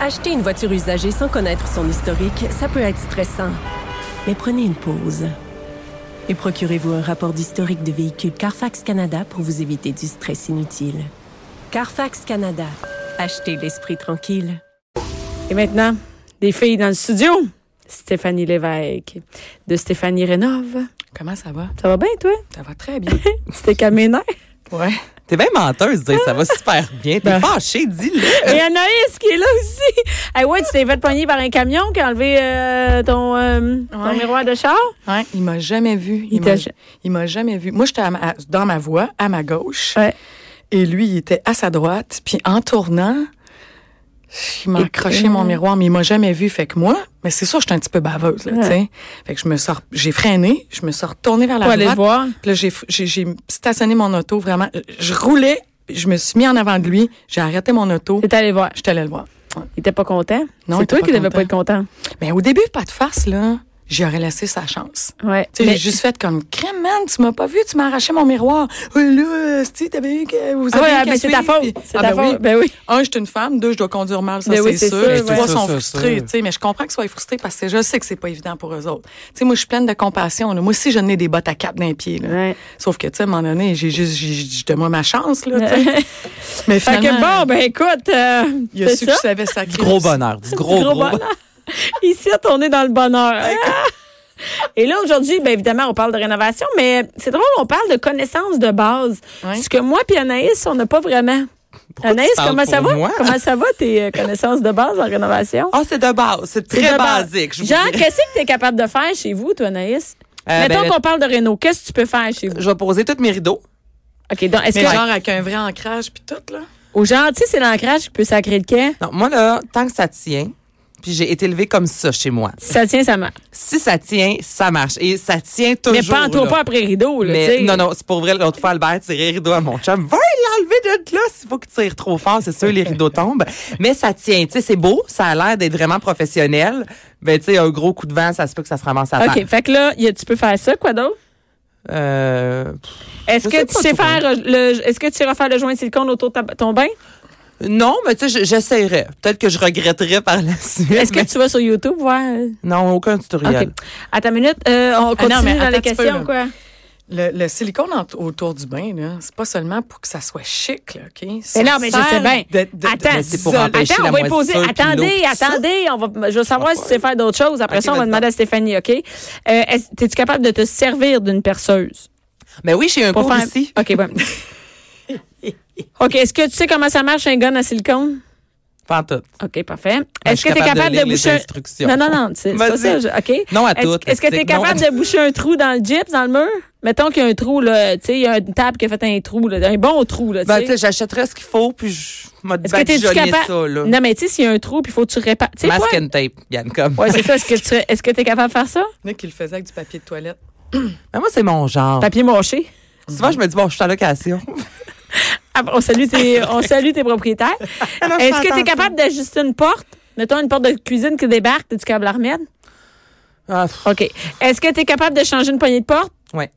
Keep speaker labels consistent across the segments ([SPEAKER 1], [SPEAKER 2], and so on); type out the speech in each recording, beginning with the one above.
[SPEAKER 1] Acheter une voiture usagée sans connaître son historique, ça peut être stressant. Mais prenez une pause. Et procurez-vous un rapport d'historique de véhicule Carfax Canada pour vous éviter du stress inutile. Carfax Canada. Achetez l'esprit tranquille.
[SPEAKER 2] Et maintenant, des filles dans le studio. Stéphanie Lévesque de Stéphanie Rénove.
[SPEAKER 3] Comment ça va?
[SPEAKER 2] Ça va bien, toi?
[SPEAKER 3] Ça va très bien.
[SPEAKER 2] C'était caménaire.
[SPEAKER 3] Ouais.
[SPEAKER 4] T'es bien menteuse, dis, ça va super bien.
[SPEAKER 2] Ben.
[SPEAKER 4] T'es fâchée, dis-le.
[SPEAKER 2] Et Anaïs qui est là aussi. Hey, ouais, tu t'es fait pogner par un camion qui a enlevé euh, ton, euh, ton
[SPEAKER 3] Ouais.
[SPEAKER 2] miroir de char.
[SPEAKER 3] Ouais, il m'a jamais vu.
[SPEAKER 2] Il
[SPEAKER 3] Il,
[SPEAKER 2] t'a
[SPEAKER 3] m'a,
[SPEAKER 2] ja-
[SPEAKER 3] il m'a jamais vu. Moi, j'étais à ma- à- dans ma voie, à ma gauche.
[SPEAKER 2] Ouais.
[SPEAKER 3] Et lui, il était à sa droite. Puis en tournant, il m'a
[SPEAKER 2] Et-
[SPEAKER 3] accroché mon miroir, mais il m'a jamais vu. Fait que moi, mais c'est sûr, j'étais un petit peu baveuse, là, tu sais. Fait que je me sors, j'ai freiné, je me suis retournée vers la
[SPEAKER 2] Pour aller le
[SPEAKER 3] droite.
[SPEAKER 2] voir.
[SPEAKER 3] Puis là, j'ai, f- j'ai, j'ai stationné mon auto vraiment. Je roulais, je me suis mis en avant de lui, j'ai arrêté mon auto,
[SPEAKER 2] T'es allé voir.
[SPEAKER 3] j'étais allée le voir.
[SPEAKER 2] Il était pas content.
[SPEAKER 3] Non, il
[SPEAKER 2] C'est
[SPEAKER 3] était
[SPEAKER 2] toi
[SPEAKER 3] pas
[SPEAKER 2] qui devais
[SPEAKER 3] content.
[SPEAKER 2] pas être content.
[SPEAKER 3] Mais Ben, au début, pas de farce, là. J'aurais laissé sa chance.
[SPEAKER 2] Ouais.
[SPEAKER 3] Tu sais,
[SPEAKER 2] Mais-
[SPEAKER 3] j'ai juste fait comme crème, man, tu m'as pas vu, tu m'as arraché mon miroir. Euh, là, euh, tu t'avais eu que vous
[SPEAKER 2] Ah
[SPEAKER 3] avez
[SPEAKER 2] ouais,
[SPEAKER 3] eu
[SPEAKER 2] ah,
[SPEAKER 3] qu'à
[SPEAKER 2] ben, c'est ta
[SPEAKER 3] suivre,
[SPEAKER 2] faute.
[SPEAKER 3] puis-
[SPEAKER 2] C'est
[SPEAKER 3] Ah,
[SPEAKER 2] ta
[SPEAKER 3] ben oui.
[SPEAKER 2] faute. Ben oui.
[SPEAKER 3] Un, je suis une femme. Deux, je dois conduire mal. Ça,
[SPEAKER 2] Ben oui,
[SPEAKER 3] c'est
[SPEAKER 2] c'est
[SPEAKER 3] sûr.
[SPEAKER 2] sûr,
[SPEAKER 3] Les
[SPEAKER 2] ouais.
[SPEAKER 3] trois
[SPEAKER 4] C'est
[SPEAKER 3] sont
[SPEAKER 4] sûr, c'est
[SPEAKER 3] frustrés,
[SPEAKER 4] sûr.
[SPEAKER 3] tu sais. Mais je comprends qu'ils soient frustrés parce que je sais que c'est pas évident pour eux autres. Tu sais, moi, je suis pleine de compassion. là. Moi aussi, je n'ai des bottes à quatre d'un pied. là.
[SPEAKER 2] Ouais.
[SPEAKER 3] Sauf que, tu sais, à un moment donné, j'ai juste, j'ai- j'ai- donne-moi ma chance, là, tu sais. Mais
[SPEAKER 2] Fait
[SPEAKER 3] finalement,
[SPEAKER 2] que bon, ben écoute, euh,
[SPEAKER 3] il a
[SPEAKER 2] c'est
[SPEAKER 3] su que
[SPEAKER 2] ça.
[SPEAKER 3] je savais ça.
[SPEAKER 4] Du gros bonheur, du gros,
[SPEAKER 2] Gros
[SPEAKER 4] gros,
[SPEAKER 2] bonheur. Ici, on est dans le bonheur. Et là, aujourd'hui, bien évidemment, on parle de rénovation, mais c'est drôle, on parle de connaissances de base.
[SPEAKER 3] Ouais.
[SPEAKER 2] Ce que moi puis Anaïs, on n'a pas vraiment.
[SPEAKER 4] Pourquoi
[SPEAKER 2] Anaïs,
[SPEAKER 4] tu parles
[SPEAKER 2] comment ça
[SPEAKER 4] pour
[SPEAKER 2] va?
[SPEAKER 4] moi?
[SPEAKER 2] Comment ça va, tes euh, connaissances de base en rénovation?
[SPEAKER 4] Ah, c'est de base, c'est
[SPEAKER 2] C'est
[SPEAKER 4] très
[SPEAKER 2] de base.
[SPEAKER 4] basique. je vous
[SPEAKER 2] Genre,
[SPEAKER 4] dirais.
[SPEAKER 2] qu'est-ce que tu es capable de faire chez vous, toi, Anaïs?
[SPEAKER 4] Euh,
[SPEAKER 2] Mettons
[SPEAKER 4] ben,
[SPEAKER 2] qu'on parle de réno, qu'est-ce que tu peux faire chez vous?
[SPEAKER 4] Je vais poser tous mes rideaux.
[SPEAKER 2] OK, donc, est-ce
[SPEAKER 3] Mais
[SPEAKER 2] que,
[SPEAKER 4] ben,
[SPEAKER 3] genre, avec un vrai ancrage, puis tout, là.
[SPEAKER 2] au genre, tu sais, c'est l'ancrage, tu peux sacrer le camp.
[SPEAKER 4] Non, moi, là, tant que ça tient, puis j'ai été élevée comme ça chez moi.
[SPEAKER 2] Si ça tient, ça marche.
[SPEAKER 4] Si ça tient, ça marche. Et ça tient toujours.
[SPEAKER 2] Mais pas en
[SPEAKER 4] là.
[SPEAKER 2] pas après rideau, là, tu
[SPEAKER 4] Mais
[SPEAKER 2] sais.
[SPEAKER 4] non, non, c'est pour vrai. L'autre fois, Albert tirait rideau à mon chum. Va l'enlever de là. S'il faut que tu tires trop fort, c'est sûr, les rideaux tombent. Mais ça tient. Tu sais, c'est beau. Ça a l'air d'être vraiment professionnel. Mais tu sais, un gros coup de vent, ça se peut que ça se ramasse à terre.
[SPEAKER 2] OK, fait que là, y a- tu peux faire ça, quoi d'autre?
[SPEAKER 4] Euh,
[SPEAKER 2] Est-ce
[SPEAKER 4] Je
[SPEAKER 2] que
[SPEAKER 4] sais
[SPEAKER 2] tu
[SPEAKER 4] pas
[SPEAKER 2] sais
[SPEAKER 4] trop.
[SPEAKER 2] faire euh, le est-ce que tu sais refaire le joint de silicone autour de ta- ton bain?
[SPEAKER 4] non, mais tu sais, je- j'essaierai. Peut-être que je regretterai par la suite.
[SPEAKER 2] Est-ce que
[SPEAKER 4] mais-
[SPEAKER 2] tu vas sur YouTube voir? euh,
[SPEAKER 4] Non, aucun tutoriel.
[SPEAKER 2] OK. À ta minute, euh, on continue
[SPEAKER 3] mais
[SPEAKER 2] dans
[SPEAKER 3] attends
[SPEAKER 2] les
[SPEAKER 3] un petit peu,
[SPEAKER 2] questions,
[SPEAKER 3] là.
[SPEAKER 2] quoi.
[SPEAKER 3] Le, le silicone en- autour du bain, là, c'est pas seulement pour que ça soit chic, là, OK?
[SPEAKER 2] Mais non, mais je sais bien. Attends,
[SPEAKER 4] Mais c'est pour empêcher
[SPEAKER 2] attends,
[SPEAKER 4] la
[SPEAKER 2] on va y poser.
[SPEAKER 4] moisissure, puis l'eau,
[SPEAKER 2] Attendez,
[SPEAKER 4] puis ça.
[SPEAKER 2] attendez, on va, je veux savoir si tu sais faire d'autres choses. Après
[SPEAKER 4] OK,
[SPEAKER 2] ça, on va
[SPEAKER 4] vas-y.
[SPEAKER 2] demander à Stéphanie, OK? Euh, est-ce- Es-tu capable de te servir d'une perceuse?
[SPEAKER 4] Mais oui, j'ai un
[SPEAKER 2] Pour
[SPEAKER 4] cours
[SPEAKER 2] faire-
[SPEAKER 4] ici.
[SPEAKER 2] OK, bon. OK, est-ce que tu sais comment ça marche un gun à silicone?
[SPEAKER 4] Pas en tout.
[SPEAKER 2] OK, parfait.
[SPEAKER 4] Ben,
[SPEAKER 2] Est-ce
[SPEAKER 4] je
[SPEAKER 2] que tu
[SPEAKER 4] suis
[SPEAKER 2] es capable de
[SPEAKER 4] lire les
[SPEAKER 2] boucher.
[SPEAKER 4] instructions.
[SPEAKER 2] Non, non, non, c'est c'est pas ça.
[SPEAKER 4] Vas-y.
[SPEAKER 2] je- OK?
[SPEAKER 4] Non à
[SPEAKER 2] Est-ce-
[SPEAKER 4] toutes.
[SPEAKER 2] Est-ce que tu es
[SPEAKER 4] Lipstick, non
[SPEAKER 2] capable
[SPEAKER 4] à-
[SPEAKER 2] de boucher un trou dans le gyps, dans le mur? Mettons qu'il y a un trou, là. Tu sais, il y a une table qui a fait un trou, là, un bon trou, là. tu
[SPEAKER 4] Ben,
[SPEAKER 2] sais.
[SPEAKER 4] tu sais, j'achèterai ce qu'il faut, puis je m'a
[SPEAKER 2] Est-ce que t'es capable?
[SPEAKER 4] ça, là.
[SPEAKER 2] Non, mais tu sais, s'il y a un trou, puis il faut que tu répares. Tu sais,
[SPEAKER 4] Mask
[SPEAKER 2] quoi?
[SPEAKER 4] and tape, Yann, comme.
[SPEAKER 2] Ouais, c'est ça. Est-ce que tu serais- est-ce que t'es capable de faire ça?
[SPEAKER 3] Il y en a qui le faisaient avec du papier de toilette.
[SPEAKER 4] Mais moi, c'est mon genre.
[SPEAKER 2] Papier mâché.
[SPEAKER 4] Souvent, je me dis, bon, je suis à location.
[SPEAKER 2] Ah, on, salue tes, on salue tes propriétaires.
[SPEAKER 4] Alors, je
[SPEAKER 2] Est-ce que
[SPEAKER 4] fais
[SPEAKER 2] tu es
[SPEAKER 4] attention.
[SPEAKER 2] capable d'ajuster une porte? Mettons une porte de cuisine qui débarque, t'es-tu capable de la remettre?
[SPEAKER 4] Ah, pff,
[SPEAKER 2] OK. Est-ce que tu es capable de changer une poignée de porte?
[SPEAKER 4] ouais.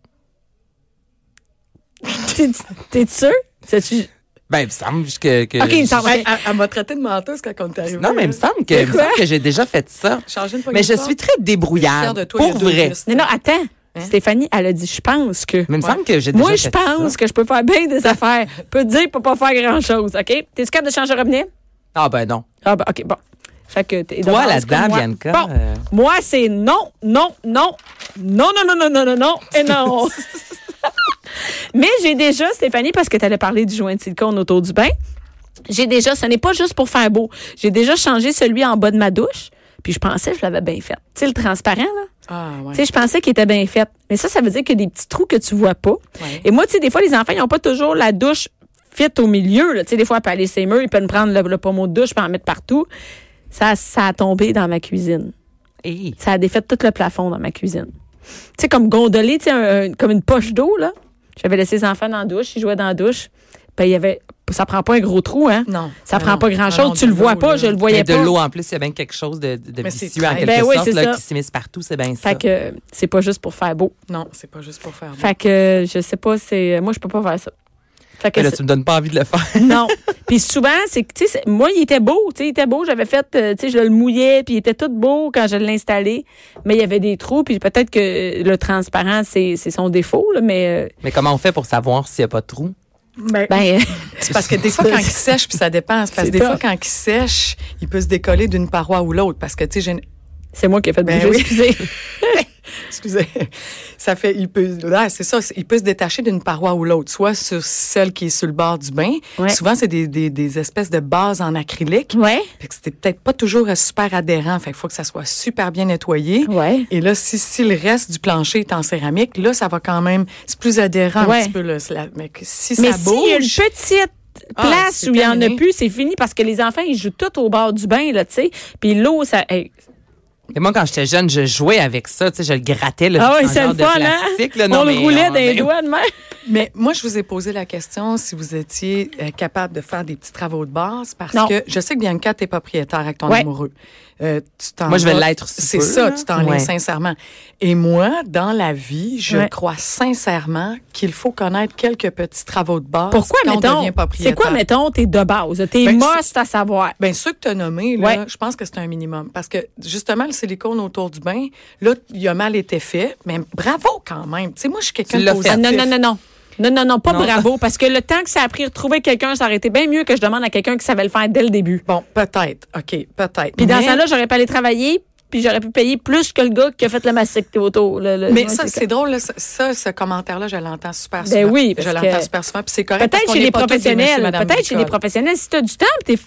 [SPEAKER 2] T'es- T'es sûr? C'est-tu-
[SPEAKER 4] Ben, il me semble que. que
[SPEAKER 2] OK, il me semble.
[SPEAKER 3] Hey, elle, elle m'a traité de menteuse quand on est arrivé.
[SPEAKER 4] Non, mais il me semble que, il me semble que j'ai déjà fait ça.
[SPEAKER 3] Changer une poignée
[SPEAKER 4] Mais je
[SPEAKER 3] de porte.
[SPEAKER 4] suis très débrouillard.
[SPEAKER 3] Fière de toi, il y a
[SPEAKER 4] Pour
[SPEAKER 3] deux
[SPEAKER 4] vrai.
[SPEAKER 3] pistes.
[SPEAKER 2] Non, non, attends. Stéphanie, elle a dit, je pense que.
[SPEAKER 4] Hein? Mais il me semble que j'ai déjà
[SPEAKER 2] Moi, je
[SPEAKER 4] fait ça.
[SPEAKER 2] pense que je peux faire bien des affaires. Je peux te dire pour pas faire grand-chose, OK? T'es capable de changer de robinet?
[SPEAKER 4] Ah, ben non.
[SPEAKER 2] Ah, ben, OK, bon. Fait que t'es
[SPEAKER 4] Toi,
[SPEAKER 2] dans-
[SPEAKER 4] là-dedans,
[SPEAKER 2] comme moi.
[SPEAKER 4] Bianca,
[SPEAKER 2] Bon,
[SPEAKER 4] euh,
[SPEAKER 2] moi, c'est non, non, non, non, non, non, non, non, non, non, et non. Mais j'ai déjà, Stéphanie, parce que tu allais parler du joint de silicone autour du bain, j'ai déjà, ce n'est pas juste pour faire beau, j'ai déjà changé celui en bas de ma douche, puis je pensais que je l'avais bien fait. Tu sais, le transparent, là?
[SPEAKER 3] Ah, ouais.
[SPEAKER 2] Tu sais, je pensais qu'il était bien fait. Mais ça, ça veut dire qu'il y a des petits trous que tu vois pas. Et moi, tu sais, des fois, les enfants, ils n'ont pas toujours la douche fit au milieu. là. Tu sais, des fois, elle peut aller ses murs, ils peuvent me prendre le, le pommeau de douche, puis en mettre partout. Ça, ça a tombé dans ma cuisine.
[SPEAKER 4] Hey.
[SPEAKER 2] Ça a défait tout le plafond dans ma cuisine. Tu sais, comme gondoler, tu sais, un- un- comme une poche d'eau, là. J'avais laissé les enfants dans la douche, ils jouaient dans la douche. Ben, il y avait. Ça prend pas un gros trou, hein?
[SPEAKER 3] Non.
[SPEAKER 2] Ça
[SPEAKER 3] Mais
[SPEAKER 2] prend
[SPEAKER 3] non.
[SPEAKER 2] pas
[SPEAKER 3] Ah non,
[SPEAKER 2] grand-chose. Tu
[SPEAKER 3] de
[SPEAKER 2] le vois
[SPEAKER 3] l'eau,
[SPEAKER 2] pas,
[SPEAKER 3] là.
[SPEAKER 2] je le
[SPEAKER 4] Il y
[SPEAKER 2] voyais
[SPEAKER 4] a de
[SPEAKER 2] pas.
[SPEAKER 4] l'eau en plus, il y a bien quelque chose de, de
[SPEAKER 3] Mais c'est
[SPEAKER 4] vicieux en
[SPEAKER 3] très-
[SPEAKER 4] quelque
[SPEAKER 2] Ben oui,
[SPEAKER 4] sorte
[SPEAKER 2] c'est
[SPEAKER 4] là,
[SPEAKER 2] ça.
[SPEAKER 4] qui s'immisce partout, c'est bien ça.
[SPEAKER 2] Fait que euh, c'est pas juste pour faire beau. Mm-hmm.
[SPEAKER 3] Non, c'est pas juste pour faire. beau.
[SPEAKER 2] Fait que euh, je sais pas, c'est. Moi, je peux pas faire ça. Fait que
[SPEAKER 4] Mais là,
[SPEAKER 2] c'est-
[SPEAKER 4] tu me donnes pas envie de le faire.
[SPEAKER 2] non. Puis souvent, c'est que, tu sais, c'est- moi, il était beau, tu sais, il était beau. J'avais fait, euh, tu sais, je le mouillais, puis il était tout beau quand je l'ai installé. Mais il y avait des trous, puis peut-être que le transparent, c'est c'est son défaut, là, mais.
[SPEAKER 4] Mais comment on fait pour savoir s'il n'y a pas de trou?
[SPEAKER 2] euh, ben,
[SPEAKER 3] C'est parce que des fois, quand il sèche, puis ça dépend. c'est Parce
[SPEAKER 2] C'est
[SPEAKER 3] que des
[SPEAKER 2] top.
[SPEAKER 3] fois, quand il sèche, il peut se décoller d'une paroi ou l'autre. Parce que, tu sais, j'ai une-
[SPEAKER 2] c'est moi qui ai fait
[SPEAKER 3] Ben
[SPEAKER 2] bouger,
[SPEAKER 3] oui.
[SPEAKER 2] excusez.
[SPEAKER 3] Excusez. Ça fait, il peut, là, c'est ça, il peut se détacher d'une paroi ou l'autre, soit sur celle qui est sur le bord du bain.
[SPEAKER 2] Ouais. Mm.
[SPEAKER 3] Souvent, c'est des, des, des espèces de bases en acrylique.
[SPEAKER 2] Ouais.
[SPEAKER 3] Fait que c'était peut-être pas toujours euh, super adhérent. Fait qu'il faut que ça soit super bien nettoyé.
[SPEAKER 2] Ouais.
[SPEAKER 3] Et là, si, si le reste du plancher est en céramique, là, ça va quand même, c'est plus adhérent
[SPEAKER 2] Ouais.
[SPEAKER 3] un petit peu, là. c'est la- mais que si
[SPEAKER 2] Mais
[SPEAKER 3] ça
[SPEAKER 2] s'il y a une
[SPEAKER 3] bouge.
[SPEAKER 2] petite
[SPEAKER 3] Ah,
[SPEAKER 2] place
[SPEAKER 3] c'est
[SPEAKER 2] où il n'y en a
[SPEAKER 3] terminé.
[SPEAKER 2] plus, c'est fini parce que les enfants, ils jouent tout au bord du bain, là, tu sais. Puis l'eau, ça. hey,
[SPEAKER 4] Et moi, quand j'étais jeune, je jouais avec ça, tu sais, je le grattais, le
[SPEAKER 2] Ah oui,
[SPEAKER 4] petit
[SPEAKER 2] c'est le
[SPEAKER 4] genre de
[SPEAKER 2] fun, hein?
[SPEAKER 4] plastique, là. Non,
[SPEAKER 2] On le
[SPEAKER 4] mais
[SPEAKER 2] roulait
[SPEAKER 4] on-
[SPEAKER 2] dans les
[SPEAKER 4] ben,
[SPEAKER 2] doigts de mer.
[SPEAKER 3] Mais moi, je vous ai posé la question si vous étiez euh, capable de faire des petits travaux de base parce
[SPEAKER 2] Non.
[SPEAKER 3] que je sais que Bianca, t'es propriétaire avec ton
[SPEAKER 2] Ouais.
[SPEAKER 3] amoureux. Euh, tu t'en
[SPEAKER 4] Moi, je vais
[SPEAKER 3] vas-
[SPEAKER 4] l'être si
[SPEAKER 3] C'est
[SPEAKER 4] peu,
[SPEAKER 3] ça,
[SPEAKER 4] là.
[SPEAKER 3] tu t'en
[SPEAKER 4] Ouais.
[SPEAKER 3] sincèrement. Et moi, dans la vie, je
[SPEAKER 2] Ouais.
[SPEAKER 3] crois sincèrement qu'il faut connaître quelques petits travaux de base
[SPEAKER 2] Pourquoi,
[SPEAKER 3] Ah, quand on
[SPEAKER 2] mettons?
[SPEAKER 3] devient propriétaire.
[SPEAKER 2] C'est quoi, mettons, t'es de base? T'es
[SPEAKER 3] Ben,
[SPEAKER 2] must à savoir.
[SPEAKER 3] Ben, ceux que tu as nommés, là,
[SPEAKER 2] Ouais.
[SPEAKER 3] je pense que c'est un minimum. Parce que, justement, le silicone autour du bain, là, il a mal été fait, mais bravo quand même. Tu sais, moi, je suis quelqu'un
[SPEAKER 4] Tu
[SPEAKER 3] de
[SPEAKER 4] l'as
[SPEAKER 3] positif.
[SPEAKER 2] Ah, non, non, non, non. Non, non, non, pas
[SPEAKER 4] Non.
[SPEAKER 2] bravo, parce que le temps que ça a pris de trouver quelqu'un, ça aurait été bien mieux que je demande à quelqu'un qui savait le faire dès le début.
[SPEAKER 3] Bon, peut-être. OK, peut-être.
[SPEAKER 2] Puis dans
[SPEAKER 3] Mais-
[SPEAKER 2] ça là j'aurais pas allé travailler, puis j'aurais pu payer plus que le gars qui a fait la mastectomie. Le, le,
[SPEAKER 3] Mais
[SPEAKER 2] le-
[SPEAKER 3] ça, c'est drôle, là, ça, ça, ce commentaire-là, je l'entends super
[SPEAKER 2] Ben
[SPEAKER 3] souvent.
[SPEAKER 2] oui,
[SPEAKER 3] je
[SPEAKER 2] parce
[SPEAKER 3] l'entends
[SPEAKER 2] que-
[SPEAKER 3] super souvent, puis c'est correct. parce
[SPEAKER 2] Peut-être
[SPEAKER 3] qu'on
[SPEAKER 2] chez
[SPEAKER 3] n'est
[SPEAKER 2] les
[SPEAKER 3] pas tous des messieurs,
[SPEAKER 2] professionnels.
[SPEAKER 3] madame
[SPEAKER 2] Peut-être chez les
[SPEAKER 3] Nicole.
[SPEAKER 2] professionnels. Si tu as du temps, puis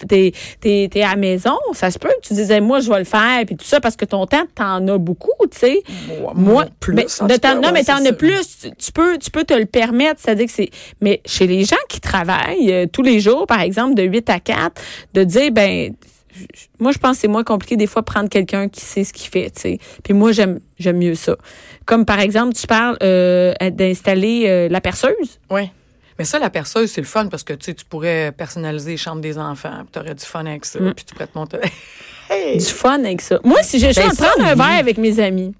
[SPEAKER 2] t'es es, à la maison, ça se peut que tu disais, moi, je vais le faire, puis tout ça, parce que ton temps, t'en as beaucoup, tu sais.
[SPEAKER 3] Moi, plus,
[SPEAKER 2] mais,
[SPEAKER 3] en
[SPEAKER 2] de
[SPEAKER 3] tout
[SPEAKER 2] temps-
[SPEAKER 3] cas,
[SPEAKER 2] non,
[SPEAKER 3] ouais,
[SPEAKER 2] mais
[SPEAKER 3] c'est
[SPEAKER 2] t'en
[SPEAKER 3] ça.
[SPEAKER 2] as plus. Tu, tu peux, tu peux te le permettre. C'est-à-dire que c'est. Mais chez les gens qui travaillent euh, tous les jours, par exemple, de 8 à 4, de dire, ben, je- je- moi, je pense que c'est moins compliqué des fois prendre quelqu'un qui sait ce qu'il fait, tu sais. Puis moi, j'aime, j'aime mieux ça. Comme par exemple, tu parles euh, d'installer euh, la perceuse.
[SPEAKER 3] Oui. Mais ça, la perceuse, c'est le fun parce que tu sais, tu pourrais personnaliser les chambres des enfants, puis tu aurais du fun avec ça,
[SPEAKER 2] Mm.
[SPEAKER 3] puis tu pourrais te monter.
[SPEAKER 2] Du fun avec ça. Moi, si j'ai je suis en
[SPEAKER 4] Ben,
[SPEAKER 2] train de
[SPEAKER 4] ça,
[SPEAKER 2] prendre un
[SPEAKER 4] oui.
[SPEAKER 2] verre avec mes amis.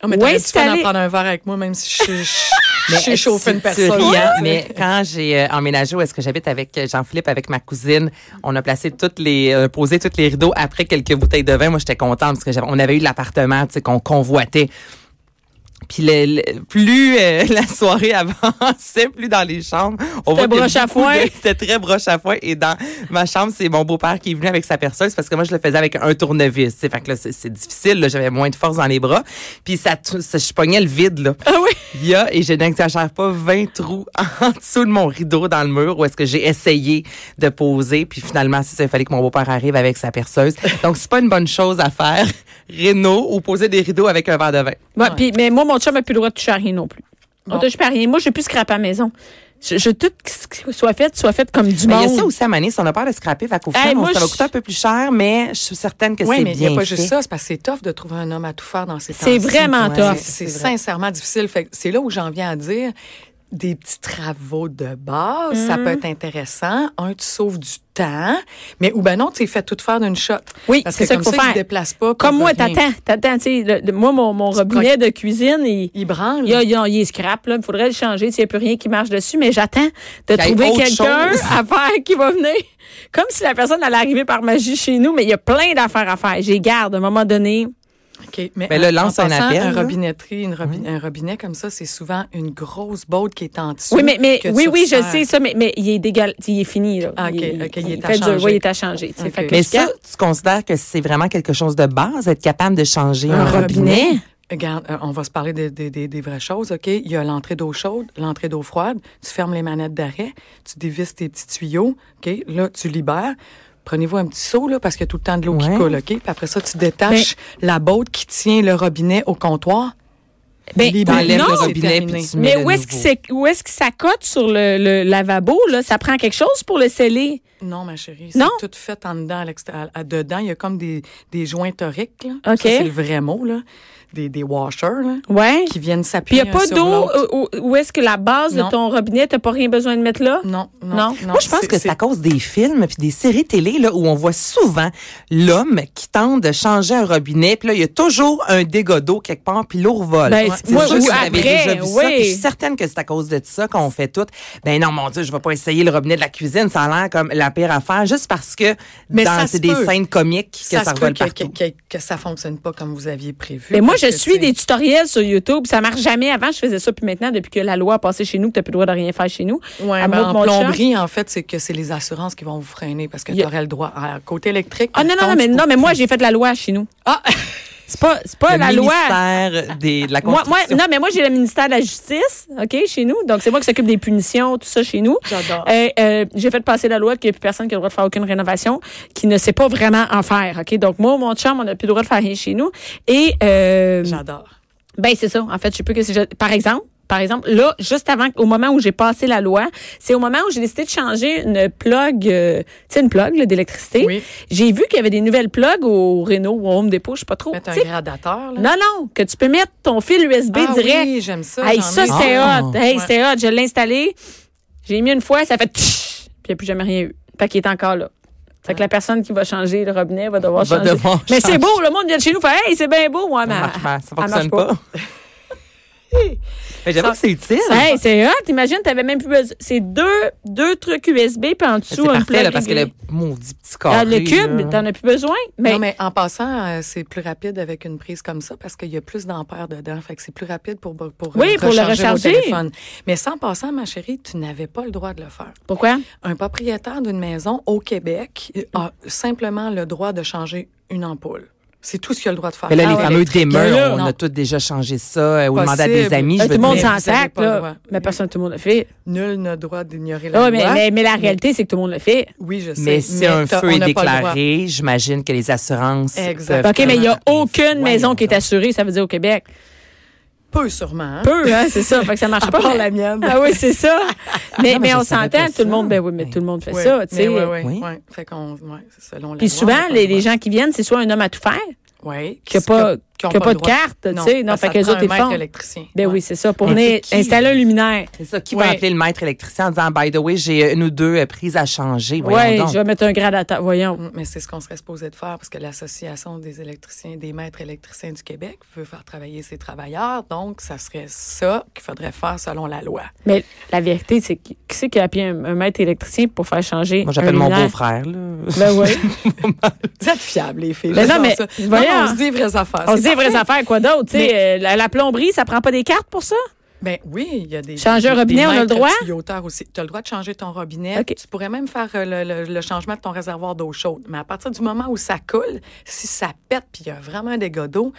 [SPEAKER 3] Ah, mais
[SPEAKER 2] Ou
[SPEAKER 3] t'aurais du fun à
[SPEAKER 2] installer-
[SPEAKER 3] prendre un verre avec moi, même si je suis- je suis chauffée une
[SPEAKER 4] Tu- tu
[SPEAKER 3] personne.
[SPEAKER 4] ris, hein, mais quand j'ai euh, emménagé où est-ce que j'habite avec euh, Jean-Philippe, avec ma cousine, on a placé toutes les, euh, posé toutes les rideaux après quelques bouteilles de vin. Moi, j'étais contente parce que j'avais- on avait eu l'appartement, tu sais, qu'on convoitait. Puis le, le- plus euh, la soirée avançait, plus dans les chambres, on
[SPEAKER 2] C'était
[SPEAKER 4] qu'il y a
[SPEAKER 2] broche à
[SPEAKER 4] beaucoup
[SPEAKER 2] foin.
[SPEAKER 4] de- C'était très broche à foin. Et dans ma chambre, c'est mon beau-père qui est venu avec sa perceuse parce que moi, je le faisais avec un tournevis. tu sais. Fait que là, c'est- c'est difficile. là. J'avais moins de force dans les bras. Puis ça, tou- ça- je pognais le vide. Là.
[SPEAKER 2] Ah oui?
[SPEAKER 4] Il y a, et je n'exagère pas, 20 trous en dessous de mon rideau dans le mur où est-ce que j'ai essayé de poser. Puis finalement, c'est ça, il fallait que mon beau-père arrive avec sa perceuse. Donc, c'est pas une bonne chose à faire, réno, ou poser des rideaux avec un verre de vin.
[SPEAKER 2] Ouais, puis- mais moi, mon chum n'a plus le droit de toucher à rien non plus. On
[SPEAKER 3] Bon.
[SPEAKER 2] touche pas à rien. Moi, j'ai plus scraper à la maison. Je, je- tout ce qui soit fait, soit fait comme du
[SPEAKER 4] Mais
[SPEAKER 3] Ben,
[SPEAKER 2] monde.
[SPEAKER 4] il y a ça aussi à Manis, on a peur de scraper, fait qu'au
[SPEAKER 2] Hey,
[SPEAKER 4] final, on-
[SPEAKER 2] moi,
[SPEAKER 4] ça va
[SPEAKER 2] je-
[SPEAKER 4] coûter un peu plus cher, mais je suis certaine que
[SPEAKER 3] Oui,
[SPEAKER 4] c'est
[SPEAKER 3] mais il
[SPEAKER 4] bien
[SPEAKER 3] n'y a pas
[SPEAKER 4] fait.
[SPEAKER 3] juste ça, c'est parce que c'est tough de trouver un homme à tout faire dans ces temps
[SPEAKER 2] C'est vraiment tough.
[SPEAKER 3] C'est
[SPEAKER 4] C'est vrai.
[SPEAKER 3] sincèrement difficile. Fait que c'est là où j'en viens à dire des petits travaux de base, ça
[SPEAKER 2] Mhm.
[SPEAKER 3] peut être intéressant. Un, tu sauves du temps, mais ou ben non, tu es fait tout faire d'une shot.
[SPEAKER 2] Oui,
[SPEAKER 3] Parce
[SPEAKER 2] c'est
[SPEAKER 3] que
[SPEAKER 2] ça
[SPEAKER 3] comme
[SPEAKER 2] qu'il faut
[SPEAKER 3] ça, il
[SPEAKER 2] faire.
[SPEAKER 3] ne déplace pas. puis
[SPEAKER 2] Comme
[SPEAKER 3] il
[SPEAKER 2] moi,
[SPEAKER 3] revient.
[SPEAKER 2] t'attends, t'attends, tu sais, le- le- moi, mon, mon robinet de cuisine, il,
[SPEAKER 3] Il branle.
[SPEAKER 2] il, y a- il y a- il est scrap, là. Il faudrait le changer s'il n'y a plus rien qui marche dessus, mais j'attends de
[SPEAKER 4] Qu'il y ait
[SPEAKER 2] trouver
[SPEAKER 4] autre
[SPEAKER 2] quelqu'un
[SPEAKER 4] chose.
[SPEAKER 2] à faire qui va venir. Comme si la personne allait arriver par magie chez nous, mais il y a plein d'affaires à faire. J'ai garde à un moment donné.
[SPEAKER 3] OK, Mais,
[SPEAKER 4] Mais là,
[SPEAKER 3] en-
[SPEAKER 4] lance
[SPEAKER 3] en
[SPEAKER 4] un
[SPEAKER 3] passant,
[SPEAKER 4] appel, là.
[SPEAKER 3] robinetterie, une robi- un robinet comme ça, c'est souvent une grosse botte qui est en dessous.
[SPEAKER 2] Oui, mais, mais
[SPEAKER 3] que
[SPEAKER 2] oui,
[SPEAKER 3] tu
[SPEAKER 2] oui, je
[SPEAKER 3] resserres.
[SPEAKER 2] sais ça, mais, mais il est dégueulasse. Il est fini, là.
[SPEAKER 3] Ah, ok,
[SPEAKER 2] il,
[SPEAKER 3] ok, il est à
[SPEAKER 2] fait dur.
[SPEAKER 3] changer.
[SPEAKER 2] Oui, il est à changer. tu sais.
[SPEAKER 3] Ok.
[SPEAKER 2] Fait que
[SPEAKER 4] Mais
[SPEAKER 2] je
[SPEAKER 4] ça, tu considères que c'est vraiment quelque chose de base, être capable de changer un,
[SPEAKER 3] Un
[SPEAKER 4] robinet?
[SPEAKER 2] robinet.
[SPEAKER 3] Regarde, euh, on va se parler des, des- des- des vraies choses, OK? Il y a l'entrée d'eau chaude, l'entrée d'eau froide. Tu fermes les manettes d'arrêt, tu dévisses tes petits tuyaux, OK? Là, tu libères. Prenez-vous un petit seau, là, parce qu'il y a tout le temps de l'eau
[SPEAKER 4] Ouais.
[SPEAKER 3] qui coule, OK? Puis après ça, tu détaches la botte qui tient le robinet au comptoir.
[SPEAKER 2] Ben,
[SPEAKER 3] Libère.
[SPEAKER 4] T'enlèves
[SPEAKER 2] Non,
[SPEAKER 4] le
[SPEAKER 3] c'est
[SPEAKER 4] robinet,
[SPEAKER 3] terminé.
[SPEAKER 4] puis tu mets
[SPEAKER 2] Mais
[SPEAKER 4] le
[SPEAKER 2] où est-ce que
[SPEAKER 4] nouveau.
[SPEAKER 2] c'est où est-ce que ça cote sur le, le lavabo là Ça prend quelque chose pour le sceller.
[SPEAKER 3] Non, ma chérie.
[SPEAKER 2] Non?
[SPEAKER 3] C'est tout fait en dedans, à, l'exté- à- à dedans. Il y a comme des, des joints toriques, là.
[SPEAKER 2] OK.
[SPEAKER 3] Ça, c'est le vrai mot, là. Des, des washers, là,
[SPEAKER 2] Ouais.
[SPEAKER 3] qui viennent
[SPEAKER 2] Puis
[SPEAKER 3] s'appuyer
[SPEAKER 2] il n'y a pas
[SPEAKER 3] un sur
[SPEAKER 2] d'eau
[SPEAKER 3] l'autre.
[SPEAKER 2] euh, où, où est-ce que la base de
[SPEAKER 3] Non.
[SPEAKER 2] ton robinet, t'as pas rien besoin de mettre là?
[SPEAKER 3] Non, non,
[SPEAKER 2] Non.
[SPEAKER 3] non.
[SPEAKER 4] Moi, je pense que c'est à cause des films puis des séries télé là, où on voit souvent l'homme qui tente de changer un robinet. Puis là, il y a toujours un dégât d'eau quelque part, puis l'eau revole.
[SPEAKER 2] Ben,
[SPEAKER 4] C'est
[SPEAKER 2] moi,
[SPEAKER 4] sûr
[SPEAKER 2] ou
[SPEAKER 4] que vous avez
[SPEAKER 2] après,
[SPEAKER 4] déjà vu
[SPEAKER 2] oui.
[SPEAKER 4] ça. puis je suis certaine que c'est à cause de ça qu'on fait tout. Ben non, mon Dieu, je vais pas essayer le robinet de la cuisine. Ça a l'air comme la pire affaire, juste parce que
[SPEAKER 3] Mais
[SPEAKER 4] dans-
[SPEAKER 3] ça se
[SPEAKER 4] c'est des
[SPEAKER 3] peut.
[SPEAKER 4] scènes comiques que ça,
[SPEAKER 3] ça, se peut
[SPEAKER 4] revole
[SPEAKER 3] que,
[SPEAKER 4] partout.
[SPEAKER 3] que- que- que ça fonctionne pas comme vous aviez prévu.
[SPEAKER 2] Mais Ben, moi,
[SPEAKER 3] parce
[SPEAKER 2] je
[SPEAKER 3] que,
[SPEAKER 2] suis
[SPEAKER 3] tu sais,
[SPEAKER 2] des tutoriels sur YouTube. Ça marche jamais. Avant, je faisais ça. Puis maintenant, depuis que la loi a passé chez nous, que t'as plus le droit de rien faire chez nous.
[SPEAKER 3] Ouais,
[SPEAKER 2] à
[SPEAKER 3] ben,
[SPEAKER 2] moi, mon
[SPEAKER 3] en plomberie, en fait, c'est que c'est les assurances qui vont vous freiner parce que
[SPEAKER 2] Il y a-
[SPEAKER 3] tu aurais le droit. à côté électrique.
[SPEAKER 2] Ah, non,
[SPEAKER 3] par
[SPEAKER 2] non, non,
[SPEAKER 3] contre,
[SPEAKER 2] mais,
[SPEAKER 3] tu
[SPEAKER 2] non,
[SPEAKER 3] peux-
[SPEAKER 2] mais moi, j'ai fait la loi chez nous.
[SPEAKER 3] Ah!
[SPEAKER 2] C'est pas, c'est pas
[SPEAKER 4] Le
[SPEAKER 2] la loi.
[SPEAKER 4] ministère des, de la
[SPEAKER 2] Moi, moi,
[SPEAKER 4] construction.
[SPEAKER 2] non, mais moi, j'ai le ministère de la Justice, OK, chez nous. Donc, c'est moi qui s'occupe des punitions, tout ça chez nous.
[SPEAKER 3] J'adore.
[SPEAKER 2] Et, euh, j'ai fait passer la loi qu'il n'y a plus personne qui a le droit de faire aucune rénovation, qui ne sait pas vraiment en faire, OK? Donc, moi, mon chum, on n'a plus le droit de faire rien chez nous. Et, euh,
[SPEAKER 3] J'adore.
[SPEAKER 2] ben, c'est ça. En fait, je sais plus que c'est. juste- Par exemple. Par exemple, là, juste avant, au moment où j'ai passé la loi, c'est au moment où j'ai décidé de changer une plug, euh, tu sais, une plug là, d'électricité.
[SPEAKER 3] Oui.
[SPEAKER 2] J'ai vu qu'il y avait des nouvelles plugs au Renault ou au Home Depot, je sais pas trop.
[SPEAKER 3] Mettre
[SPEAKER 2] Tu
[SPEAKER 3] un
[SPEAKER 2] sais,
[SPEAKER 3] gradateur, là.
[SPEAKER 2] non, non, que tu peux mettre ton fil USB
[SPEAKER 3] Ah
[SPEAKER 2] direct.
[SPEAKER 3] oui, j'aime ça.
[SPEAKER 2] Hey,
[SPEAKER 3] j'en
[SPEAKER 2] ça,
[SPEAKER 3] ai.
[SPEAKER 2] c'était
[SPEAKER 4] Ah.
[SPEAKER 2] hot. Hey,
[SPEAKER 3] Ouais.
[SPEAKER 2] c'était hot. Je l'ai installé. J'ai mis une fois, ça fait tch, puis il n'y a plus jamais rien eu. Fait qu'il est encore là. Fait que la personne qui va changer le robinet va devoir
[SPEAKER 4] Va
[SPEAKER 2] changer.
[SPEAKER 4] devoir
[SPEAKER 2] mais
[SPEAKER 4] changer.
[SPEAKER 2] c'est beau, le monde vient de chez nous, fait Hey, c'est bien beau, moi, mais.
[SPEAKER 4] Ça marche pas,
[SPEAKER 2] elle
[SPEAKER 4] ça
[SPEAKER 2] marche
[SPEAKER 4] fonctionne pas. Mais j'avoue que c'est utile.
[SPEAKER 2] Hey, c'est hot. Imagine, t'avais même plus besoin. C'est deux, deux trucs USB, puis en
[SPEAKER 4] C'est
[SPEAKER 2] dessous, une
[SPEAKER 4] parfait
[SPEAKER 2] plaque
[SPEAKER 4] là, parce que
[SPEAKER 2] réglée.
[SPEAKER 4] le maudit petit
[SPEAKER 2] Ah,
[SPEAKER 4] carré.
[SPEAKER 2] le
[SPEAKER 4] là.
[SPEAKER 2] cube, t'en as plus besoin. Mais,
[SPEAKER 3] Non, mais en passant, euh, c'est plus rapide avec une prise comme ça parce qu'il y a plus d'ampères dedans. Fait que c'est plus rapide pour, pour, pour, euh,
[SPEAKER 2] Oui, pour le recharger.
[SPEAKER 3] vos téléphones. Mais sans passant, ma chérie, tu n'avais pas le droit de le faire.
[SPEAKER 2] pourquoi?
[SPEAKER 3] Un propriétaire d'une maison au Québec a simplement le droit de changer une ampoule. C'est tout ce qu'il a le droit de faire.
[SPEAKER 4] Mais là, les
[SPEAKER 3] Ah ouais.
[SPEAKER 4] fameux
[SPEAKER 3] là,
[SPEAKER 4] démeurs, on
[SPEAKER 3] non.
[SPEAKER 4] a tous déjà changé ça, euh, ou demandé à des
[SPEAKER 3] Possible.
[SPEAKER 4] amis.
[SPEAKER 3] Euh,
[SPEAKER 4] Je
[SPEAKER 2] Là,
[SPEAKER 4] veux
[SPEAKER 2] tout le monde
[SPEAKER 4] dire.
[SPEAKER 3] dire,
[SPEAKER 2] s'en
[SPEAKER 3] vous avez
[SPEAKER 2] sac,
[SPEAKER 3] pas le
[SPEAKER 2] là.
[SPEAKER 3] droit.
[SPEAKER 2] Mais personne, tout le monde le fait.
[SPEAKER 3] Nul n'a le droit d'ignorer la
[SPEAKER 2] Ah, mais,
[SPEAKER 3] loi.
[SPEAKER 2] mais, mais la réalité, c'est que tout le monde le fait.
[SPEAKER 3] Oui, je sais.
[SPEAKER 4] mais si
[SPEAKER 3] mais
[SPEAKER 4] un
[SPEAKER 3] t'as-
[SPEAKER 4] feu
[SPEAKER 3] on
[SPEAKER 4] est
[SPEAKER 3] n'a pas le droit.
[SPEAKER 4] déclaré, j'imagine que les assurances.
[SPEAKER 3] Exact.
[SPEAKER 4] peuvent
[SPEAKER 2] OK, mais il n'y a
[SPEAKER 4] quand même-
[SPEAKER 2] aucune maison qui est assurée, ça veut dire au Québec.
[SPEAKER 3] Peu sûrement. hein.
[SPEAKER 2] Peu, hein, c'est ça. Fait que ça marche
[SPEAKER 3] À
[SPEAKER 2] pas.
[SPEAKER 3] part
[SPEAKER 2] mais-
[SPEAKER 3] la mienne.
[SPEAKER 2] Ah oui, c'est ça. Mais, mais,
[SPEAKER 4] mais je
[SPEAKER 2] on
[SPEAKER 4] savais
[SPEAKER 2] s'entend,
[SPEAKER 4] pas
[SPEAKER 2] tout le
[SPEAKER 4] ça.
[SPEAKER 2] monde, ben oui, mais
[SPEAKER 4] Oui.
[SPEAKER 2] tout le monde fait
[SPEAKER 3] Ouais.
[SPEAKER 2] ça, tu sais.
[SPEAKER 3] Mais ouais, ouais,
[SPEAKER 4] Oui.
[SPEAKER 3] ouais. Fait qu'on, ouais, c'est selon la
[SPEAKER 2] Puis
[SPEAKER 3] loi, on
[SPEAKER 2] souvent,
[SPEAKER 3] n'a pas
[SPEAKER 2] les,
[SPEAKER 3] le droit.
[SPEAKER 2] les gens qui viennent, c'est soit un homme à tout faire,
[SPEAKER 3] Oui.
[SPEAKER 2] qui n'a pas,
[SPEAKER 3] qui ont
[SPEAKER 2] qui a pas
[SPEAKER 3] le
[SPEAKER 2] de
[SPEAKER 3] droit.
[SPEAKER 2] carte, tu sais. Non,
[SPEAKER 3] parce
[SPEAKER 2] fait
[SPEAKER 3] que ça
[SPEAKER 2] que les autres, ils
[SPEAKER 3] prend un
[SPEAKER 2] le
[SPEAKER 3] maître
[SPEAKER 2] font.
[SPEAKER 3] électricien.
[SPEAKER 2] Ben
[SPEAKER 3] Ouais.
[SPEAKER 2] oui, c'est ça. Pour
[SPEAKER 4] Mais
[SPEAKER 2] venir
[SPEAKER 4] c'est qui?
[SPEAKER 2] installer un luminaire.
[SPEAKER 4] C'est ça. Qui
[SPEAKER 3] Ouais.
[SPEAKER 4] va appeler le maître électricien en disant, by the way, j'ai une ou deux euh, prises à changer. Voyons
[SPEAKER 2] Ouais,
[SPEAKER 4] donc.
[SPEAKER 2] je vais mettre un gradateur. Voyons.
[SPEAKER 3] Mm, Mais c'est ce qu'on serait supposé de faire parce que l'Association des électriciens, des maîtres électriciens du Québec veut faire travailler ses travailleurs. Donc, ça serait ça qu'il faudrait faire selon la loi.
[SPEAKER 2] Mais la vérité, c'est qui qui c'est qui a appelé un, un maître électricien pour faire changer
[SPEAKER 4] Moi, j'appelle
[SPEAKER 2] un
[SPEAKER 4] mon
[SPEAKER 2] luminaire?
[SPEAKER 4] beau-frère. là.
[SPEAKER 2] Ben oui.
[SPEAKER 3] Vous êtes fiables, les filles.
[SPEAKER 2] Mais Ben non,
[SPEAKER 3] J'adore
[SPEAKER 2] mais
[SPEAKER 3] ça.
[SPEAKER 2] voyons.
[SPEAKER 3] Non, on se dit vraies affaires.
[SPEAKER 2] On
[SPEAKER 3] C'est
[SPEAKER 2] se dit vraies
[SPEAKER 3] parfait.
[SPEAKER 2] affaires, quoi d'autre? tu sais, euh, la, la plomberie, ça prend pas des cartes pour ça?
[SPEAKER 3] Ben oui, il y a des.
[SPEAKER 2] Changer un
[SPEAKER 3] des
[SPEAKER 2] robinet, on a le
[SPEAKER 3] maîtres
[SPEAKER 2] droit?
[SPEAKER 3] tuyauteurs aussi. Tu as le droit de changer ton robinet.
[SPEAKER 2] OK.
[SPEAKER 3] Tu pourrais même faire euh, le, le- le changement de ton réservoir d'eau chaude. Mais à partir du moment où ça coule, si ça pète puis il y a vraiment un dégât d'eau,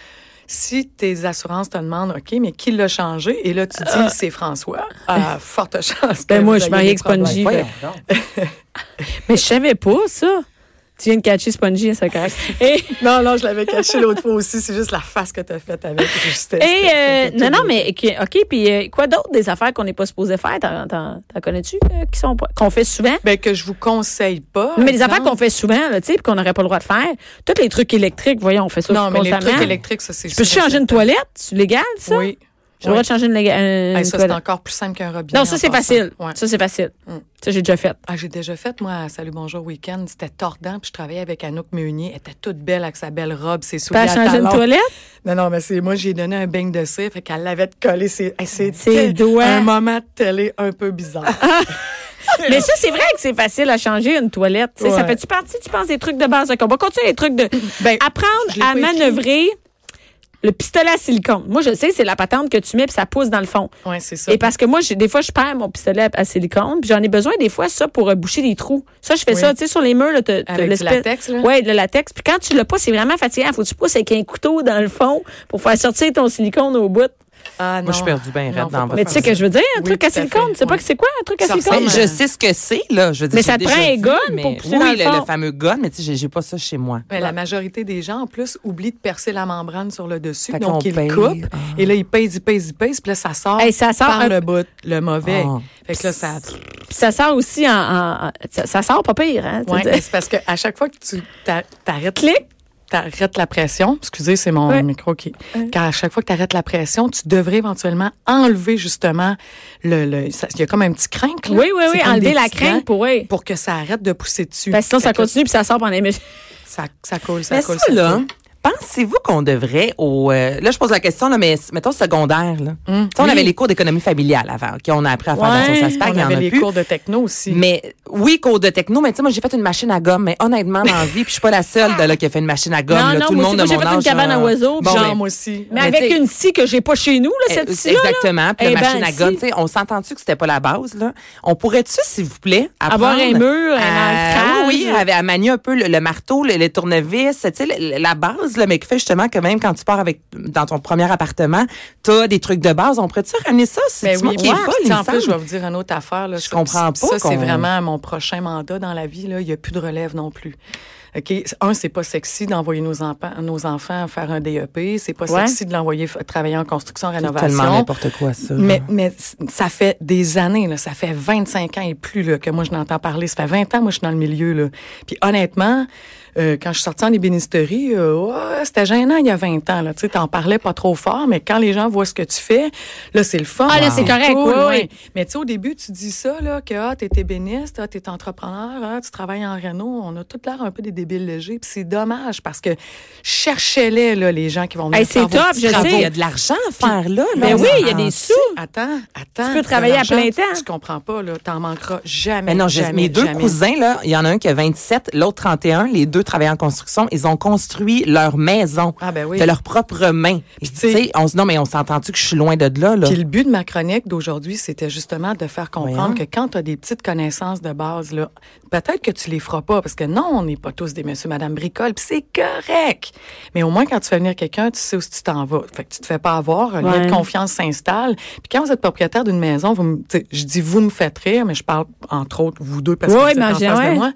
[SPEAKER 3] si tes assurances te demandent, OK, mais qui l'a changé? Et là, tu dis, c'est François. Ah, forte chance. que
[SPEAKER 2] Euh. Ben moi,
[SPEAKER 3] vous
[SPEAKER 2] je suis mariée
[SPEAKER 3] ayez des
[SPEAKER 2] avec Spongy. euh.
[SPEAKER 3] problèmes.
[SPEAKER 2] fait-
[SPEAKER 4] Voyons donc.
[SPEAKER 2] Mais je savais pas ça. Tu viens de catcher Spongy, hein, ça correct. Et,
[SPEAKER 3] Non, non, je l'avais caché l'autre fois aussi. C'est juste la face que tu as faite avec. Justin.
[SPEAKER 2] et, euh, non, non, mais ok, ok, puis euh, quoi d'autre des affaires qu'on n'est pas supposé faire? T'en, t'en- t'en connais-tu euh, qui sont pas- qu'on fait souvent?
[SPEAKER 3] Ben, que je vous conseille pas.
[SPEAKER 2] mais des
[SPEAKER 3] exemple.
[SPEAKER 2] affaires qu'on fait souvent, là, tu sais, puis qu'on n'aurait pas le droit de faire. Tous les trucs électriques, voyons, on fait ça
[SPEAKER 3] Non, mais les
[SPEAKER 2] constamment.
[SPEAKER 3] trucs électriques, ça, c'est.
[SPEAKER 2] Tu peux
[SPEAKER 3] sûr et
[SPEAKER 2] changer une toilette? C'est légal, ça?
[SPEAKER 3] Oui.
[SPEAKER 2] J'ai le droit de changer une, léga- euh,
[SPEAKER 3] Hey,
[SPEAKER 2] une
[SPEAKER 3] ça, c'est
[SPEAKER 2] toilette.
[SPEAKER 3] encore plus simple qu'un robinet.
[SPEAKER 2] Non, ça,
[SPEAKER 3] en
[SPEAKER 2] c'est
[SPEAKER 3] passant.
[SPEAKER 2] facile.
[SPEAKER 3] Ouais.
[SPEAKER 2] Ça, c'est facile.
[SPEAKER 3] Mm.
[SPEAKER 2] Ça, j'ai déjà fait.
[SPEAKER 3] Ah, j'ai déjà fait, moi, à Salut Bonjour Week-end. C'était tordant, puis je travaillais avec Anouk Meunier. Elle était toute belle avec sa belle robe, ses souliers.
[SPEAKER 2] T'as
[SPEAKER 3] à
[SPEAKER 2] changé une
[SPEAKER 3] talons.
[SPEAKER 2] toilette?
[SPEAKER 3] Non, non, mais c'est moi, j'ai donné un beigne de cire, fait qu'elle l'avait de coller ses, hey, c'est
[SPEAKER 2] Ses
[SPEAKER 3] tel-
[SPEAKER 2] doigts. Ah,
[SPEAKER 3] Un moment de télé un peu bizarre.
[SPEAKER 2] Mais ça, c'est vrai que c'est facile à changer une toilette. tu sais. Ça
[SPEAKER 3] Ouais.
[SPEAKER 2] fait-tu partie, tu penses, des trucs de base? On va continuer les trucs de.
[SPEAKER 3] Ben, je l'ai
[SPEAKER 2] Apprendre à
[SPEAKER 3] pas écrit.
[SPEAKER 2] manœuvrer le pistolet à silicone. Moi, je le sais, c'est la patente que tu mets puis ça pousse dans le fond.
[SPEAKER 3] ouais, c'est ça.
[SPEAKER 2] ah. Et parce que moi, j'ai- des fois, je perds mon pistolet à silicone, puis j'en ai besoin des fois ça pour euh, boucher des trous. Ça, je fais
[SPEAKER 3] Oui.
[SPEAKER 2] ça, tu sais, sur les murs, là, t'as- t'as
[SPEAKER 3] Avec du
[SPEAKER 2] l'espèce-
[SPEAKER 3] latex, là?
[SPEAKER 2] Ouais, le latex. Puis quand tu l'as pas, c'est vraiment fatigant. Faut que tu pousses avec un couteau dans le fond pour faire sortir ton silicone au bout.
[SPEAKER 3] Ah,
[SPEAKER 4] Moi, je suis perdue bien raide dans
[SPEAKER 2] Mais
[SPEAKER 4] votre
[SPEAKER 2] tu sais ce que je veux dire, un
[SPEAKER 3] Oui,
[SPEAKER 2] truc à
[SPEAKER 3] tout à fait.
[SPEAKER 2] silicone. Tu sais pas
[SPEAKER 3] Oui.
[SPEAKER 2] que c'est quoi, un truc à
[SPEAKER 3] Ça
[SPEAKER 2] silicone?
[SPEAKER 3] ressemble
[SPEAKER 4] Mais
[SPEAKER 3] Comme,
[SPEAKER 4] je
[SPEAKER 3] euh,
[SPEAKER 4] sais ce que c'est, là. Je veux dire,
[SPEAKER 2] Mais
[SPEAKER 4] j'ai
[SPEAKER 2] ça te
[SPEAKER 4] déjà
[SPEAKER 2] prend un
[SPEAKER 4] vu,
[SPEAKER 2] gun
[SPEAKER 4] mais-
[SPEAKER 2] pour pousser
[SPEAKER 4] Oui,
[SPEAKER 2] dans le
[SPEAKER 4] le,
[SPEAKER 2] fond.
[SPEAKER 4] le fameux gun, mais tu sais, j'ai- j'ai pas ça chez moi.
[SPEAKER 3] Mais Ben, la majorité des gens, en plus, oublient de percer la membrane sur le dessus.
[SPEAKER 4] Fait qu'on
[SPEAKER 3] donc, ils le
[SPEAKER 4] pèse.
[SPEAKER 3] coupent.
[SPEAKER 4] Ah.
[SPEAKER 3] Et là, ils pèsent, ils pèsent, ils pèsent. Puis là, ça sort,
[SPEAKER 2] Hey, ça sort
[SPEAKER 3] par
[SPEAKER 2] un-
[SPEAKER 3] le bout, le mauvais.
[SPEAKER 4] Ah.
[SPEAKER 3] Fait que là, ça...
[SPEAKER 2] Puis ça sort aussi en. en- en- ça, ça sort pas pire, hein? tu
[SPEAKER 3] Ouais,
[SPEAKER 2] sais.
[SPEAKER 3] mais c'est parce qu'à chaque fois que tu t'a- t'arrêtes
[SPEAKER 2] Clic.
[SPEAKER 3] t'arrêtes la pression, excusez, c'est mon
[SPEAKER 2] Ouais.
[SPEAKER 3] micro qui. Car à chaque fois que tu arrêtes la pression, tu devrais éventuellement enlever justement le. le- ça- Il y a comme un petit crinque. là.
[SPEAKER 2] Oui, oui,
[SPEAKER 3] C'est
[SPEAKER 2] oui,
[SPEAKER 3] comme
[SPEAKER 2] enlever
[SPEAKER 3] des
[SPEAKER 2] la
[SPEAKER 3] petits
[SPEAKER 2] crainte
[SPEAKER 3] crinques
[SPEAKER 2] pour. Ouais.
[SPEAKER 3] pour que ça arrête de pousser dessus.
[SPEAKER 2] Parce que sinon,
[SPEAKER 3] Fait
[SPEAKER 2] ça
[SPEAKER 3] que là,
[SPEAKER 2] continue puis ça sort pendant les mé-
[SPEAKER 3] Ça, ça coule, ça
[SPEAKER 4] Mais ça,
[SPEAKER 3] coule. ça
[SPEAKER 4] là,
[SPEAKER 3] coule.
[SPEAKER 4] pensez-vous qu'on devrait, au, euh, là, je pose la question, là, mais s- mettons secondaire, là. Tu sais, on
[SPEAKER 3] Oui.
[SPEAKER 4] avait les cours d'économie familiale avant, OK? On a appris à faire
[SPEAKER 2] Hum. Ouais.
[SPEAKER 4] attention, ça se paye,
[SPEAKER 3] On
[SPEAKER 4] il y en
[SPEAKER 3] avait
[SPEAKER 4] a
[SPEAKER 3] les
[SPEAKER 4] plus.
[SPEAKER 3] cours de techno aussi.
[SPEAKER 4] Mais oui, cours de techno, mais tu sais, moi, j'ai fait une machine à gomme, mais honnêtement, dans la vie, puis je suis pas la seule de, là, qui a fait une machine à gomme.
[SPEAKER 2] Non,
[SPEAKER 4] là,
[SPEAKER 2] non,
[SPEAKER 4] tout le
[SPEAKER 2] moi
[SPEAKER 4] monde
[SPEAKER 2] aussi,
[SPEAKER 4] de
[SPEAKER 2] moi, j'ai
[SPEAKER 4] mon
[SPEAKER 2] fait une
[SPEAKER 4] âge,
[SPEAKER 2] cabane
[SPEAKER 4] là.
[SPEAKER 2] à oiseaux, puis
[SPEAKER 4] Bon, ben,
[SPEAKER 3] Genre,
[SPEAKER 4] mais-
[SPEAKER 3] moi aussi.
[SPEAKER 2] Mais
[SPEAKER 4] Mais
[SPEAKER 2] avec
[SPEAKER 4] t'sais-
[SPEAKER 2] une scie que j'ai pas chez nous, là,
[SPEAKER 4] Eh,
[SPEAKER 2] cette
[SPEAKER 4] c'est
[SPEAKER 2] scie-là. là.
[SPEAKER 4] Exactement. Puis
[SPEAKER 2] Eh
[SPEAKER 4] la
[SPEAKER 2] ben,
[SPEAKER 4] machine à
[SPEAKER 2] si.
[SPEAKER 4] gomme, tu sais, on s'entend-tu que c'était pas la base, là? On pourrait-tu, s'il vous plaît,
[SPEAKER 2] Avoir
[SPEAKER 4] apprendre
[SPEAKER 2] un mur, un
[SPEAKER 4] à-
[SPEAKER 2] ancrage?
[SPEAKER 4] Oui, oui, à, à manier un peu le, le marteau, le, le tournevis, tu sais, le- la base, là, mais qui fait justement que même quand tu pars avec, dans ton premier appartement, t'as des trucs de base. On pourrait-tu ramener ça? C'est
[SPEAKER 3] Ben oui,
[SPEAKER 4] qui est
[SPEAKER 3] puis,
[SPEAKER 4] folle,
[SPEAKER 3] tu
[SPEAKER 4] il
[SPEAKER 3] sais,
[SPEAKER 4] me
[SPEAKER 3] en plus, je
[SPEAKER 4] semble.
[SPEAKER 3] vais vous dire une autre affaire. Là,
[SPEAKER 4] Je
[SPEAKER 3] Ça,
[SPEAKER 4] comprends
[SPEAKER 3] ça, Ça,
[SPEAKER 4] pas
[SPEAKER 3] c'est
[SPEAKER 4] qu'on-
[SPEAKER 3] vraiment mon prochain mandat dans la vie. là. Il n'y a plus de relève non plus. OK? Un, c'est pas sexy d'envoyer nos, empa- nos enfants faire un DEP. C'est pas
[SPEAKER 2] Ouais.
[SPEAKER 3] sexy de l'envoyer f- travailler en construction,
[SPEAKER 4] C'est tellement
[SPEAKER 3] rénovation.
[SPEAKER 4] n'importe quoi, ça.
[SPEAKER 3] Mais, mais c- ça fait des années, là, ça fait 25 ans et plus là, que moi je n'entends parler. Ça fait 20 ans, moi je suis dans le milieu. Là. Puis honnêtement, euh, quand je suis sortie en ébénisterie, euh, ouais, c'était gênant il y a 20 ans. là. Tu sais, t'en parlais pas trop fort, mais quand les gens voient ce que tu fais, là c'est le fun.
[SPEAKER 2] Ah, là, c'est correct, oui,
[SPEAKER 3] cool, ouais.
[SPEAKER 2] oui.
[SPEAKER 3] Mais tu sais, au début, tu dis ça, là, que ah, t'es ébéniste, ah, t'es entrepreneur, ah, tu travailles en réno. On a tout l'air un peu des débiles légers. Puis c'est dommage parce que cherchez-les, là, les gens qui vont venir
[SPEAKER 2] Hey, c'est
[SPEAKER 3] faire vos
[SPEAKER 2] top,
[SPEAKER 3] petits
[SPEAKER 2] je sais.
[SPEAKER 3] travaux.
[SPEAKER 4] il y a de l'argent à faire, là. là, Ah.
[SPEAKER 2] Ben
[SPEAKER 4] on
[SPEAKER 2] oui, il y a
[SPEAKER 4] s'entend.
[SPEAKER 2] des sous.
[SPEAKER 3] Attends, attends.
[SPEAKER 2] Tu peux travailler à
[SPEAKER 3] L'argent,
[SPEAKER 2] plein
[SPEAKER 3] tu-
[SPEAKER 2] temps.
[SPEAKER 3] Tu comprends pas, là. T'en manqueras
[SPEAKER 4] Mais
[SPEAKER 3] jamais.
[SPEAKER 4] Ben non, j'ai-
[SPEAKER 3] jamais,
[SPEAKER 4] mes deux
[SPEAKER 3] jamais.
[SPEAKER 4] cousins, là, il y en a un qui a 27, l'autre 31, les deux travaillent en construction. Ils ont construit leur maison
[SPEAKER 3] Ah, ben oui.
[SPEAKER 4] de leurs propres mains. Tu
[SPEAKER 3] tu sais-
[SPEAKER 4] sais, on se dit, non, mais on s'entend-tu que je suis loin de là, là?
[SPEAKER 3] Puis le but de ma chronique d'aujourd'hui, c'était justement de faire comprendre
[SPEAKER 4] Voyons.
[SPEAKER 3] que quand tu as des petites connaissances de base, là, peut-être que tu les feras pas, parce que non, on n'est pas tous des monsieur, madame bricole, puis c'est correct. Mais au moins, quand tu fais venir quelqu'un, tu sais où tu t'en vas. Fait que tu te fais pas avoir, un lien
[SPEAKER 2] Ouais.
[SPEAKER 3] de confiance s'installe. Puis quand vous êtes propriétaire d'une maison, vous me- tu sais, je dis vous me faites rire, mais je parle entre autres vous deux, parce que
[SPEAKER 2] Ouais,
[SPEAKER 3] vous êtes en
[SPEAKER 2] imagine,
[SPEAKER 3] face
[SPEAKER 2] ouais.
[SPEAKER 3] de moi. Hein?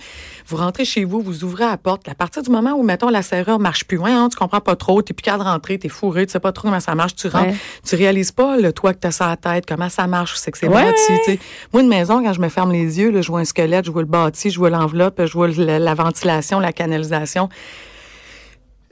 [SPEAKER 3] Vous rentrez chez vous, vous ouvrez la porte. À partir du moment où, mettons, la serrure marche plus, ouais, hein, tu comprends pas trop, t'es plus qu'à rentrer, t'es fourré, tu sais pas trop comment ça marche, tu rentres,
[SPEAKER 2] Ouais.
[SPEAKER 3] tu réalises pas le toit que t'as sur la tête, comment ça marche, c'est que c'est
[SPEAKER 2] Ouais,
[SPEAKER 3] bâti, tu sais. Moi, une maison, quand je me ferme les yeux, là, je vois un squelette, je vois le bâti, je vois l'enveloppe, je vois le- la, la ventilation, la canalisation.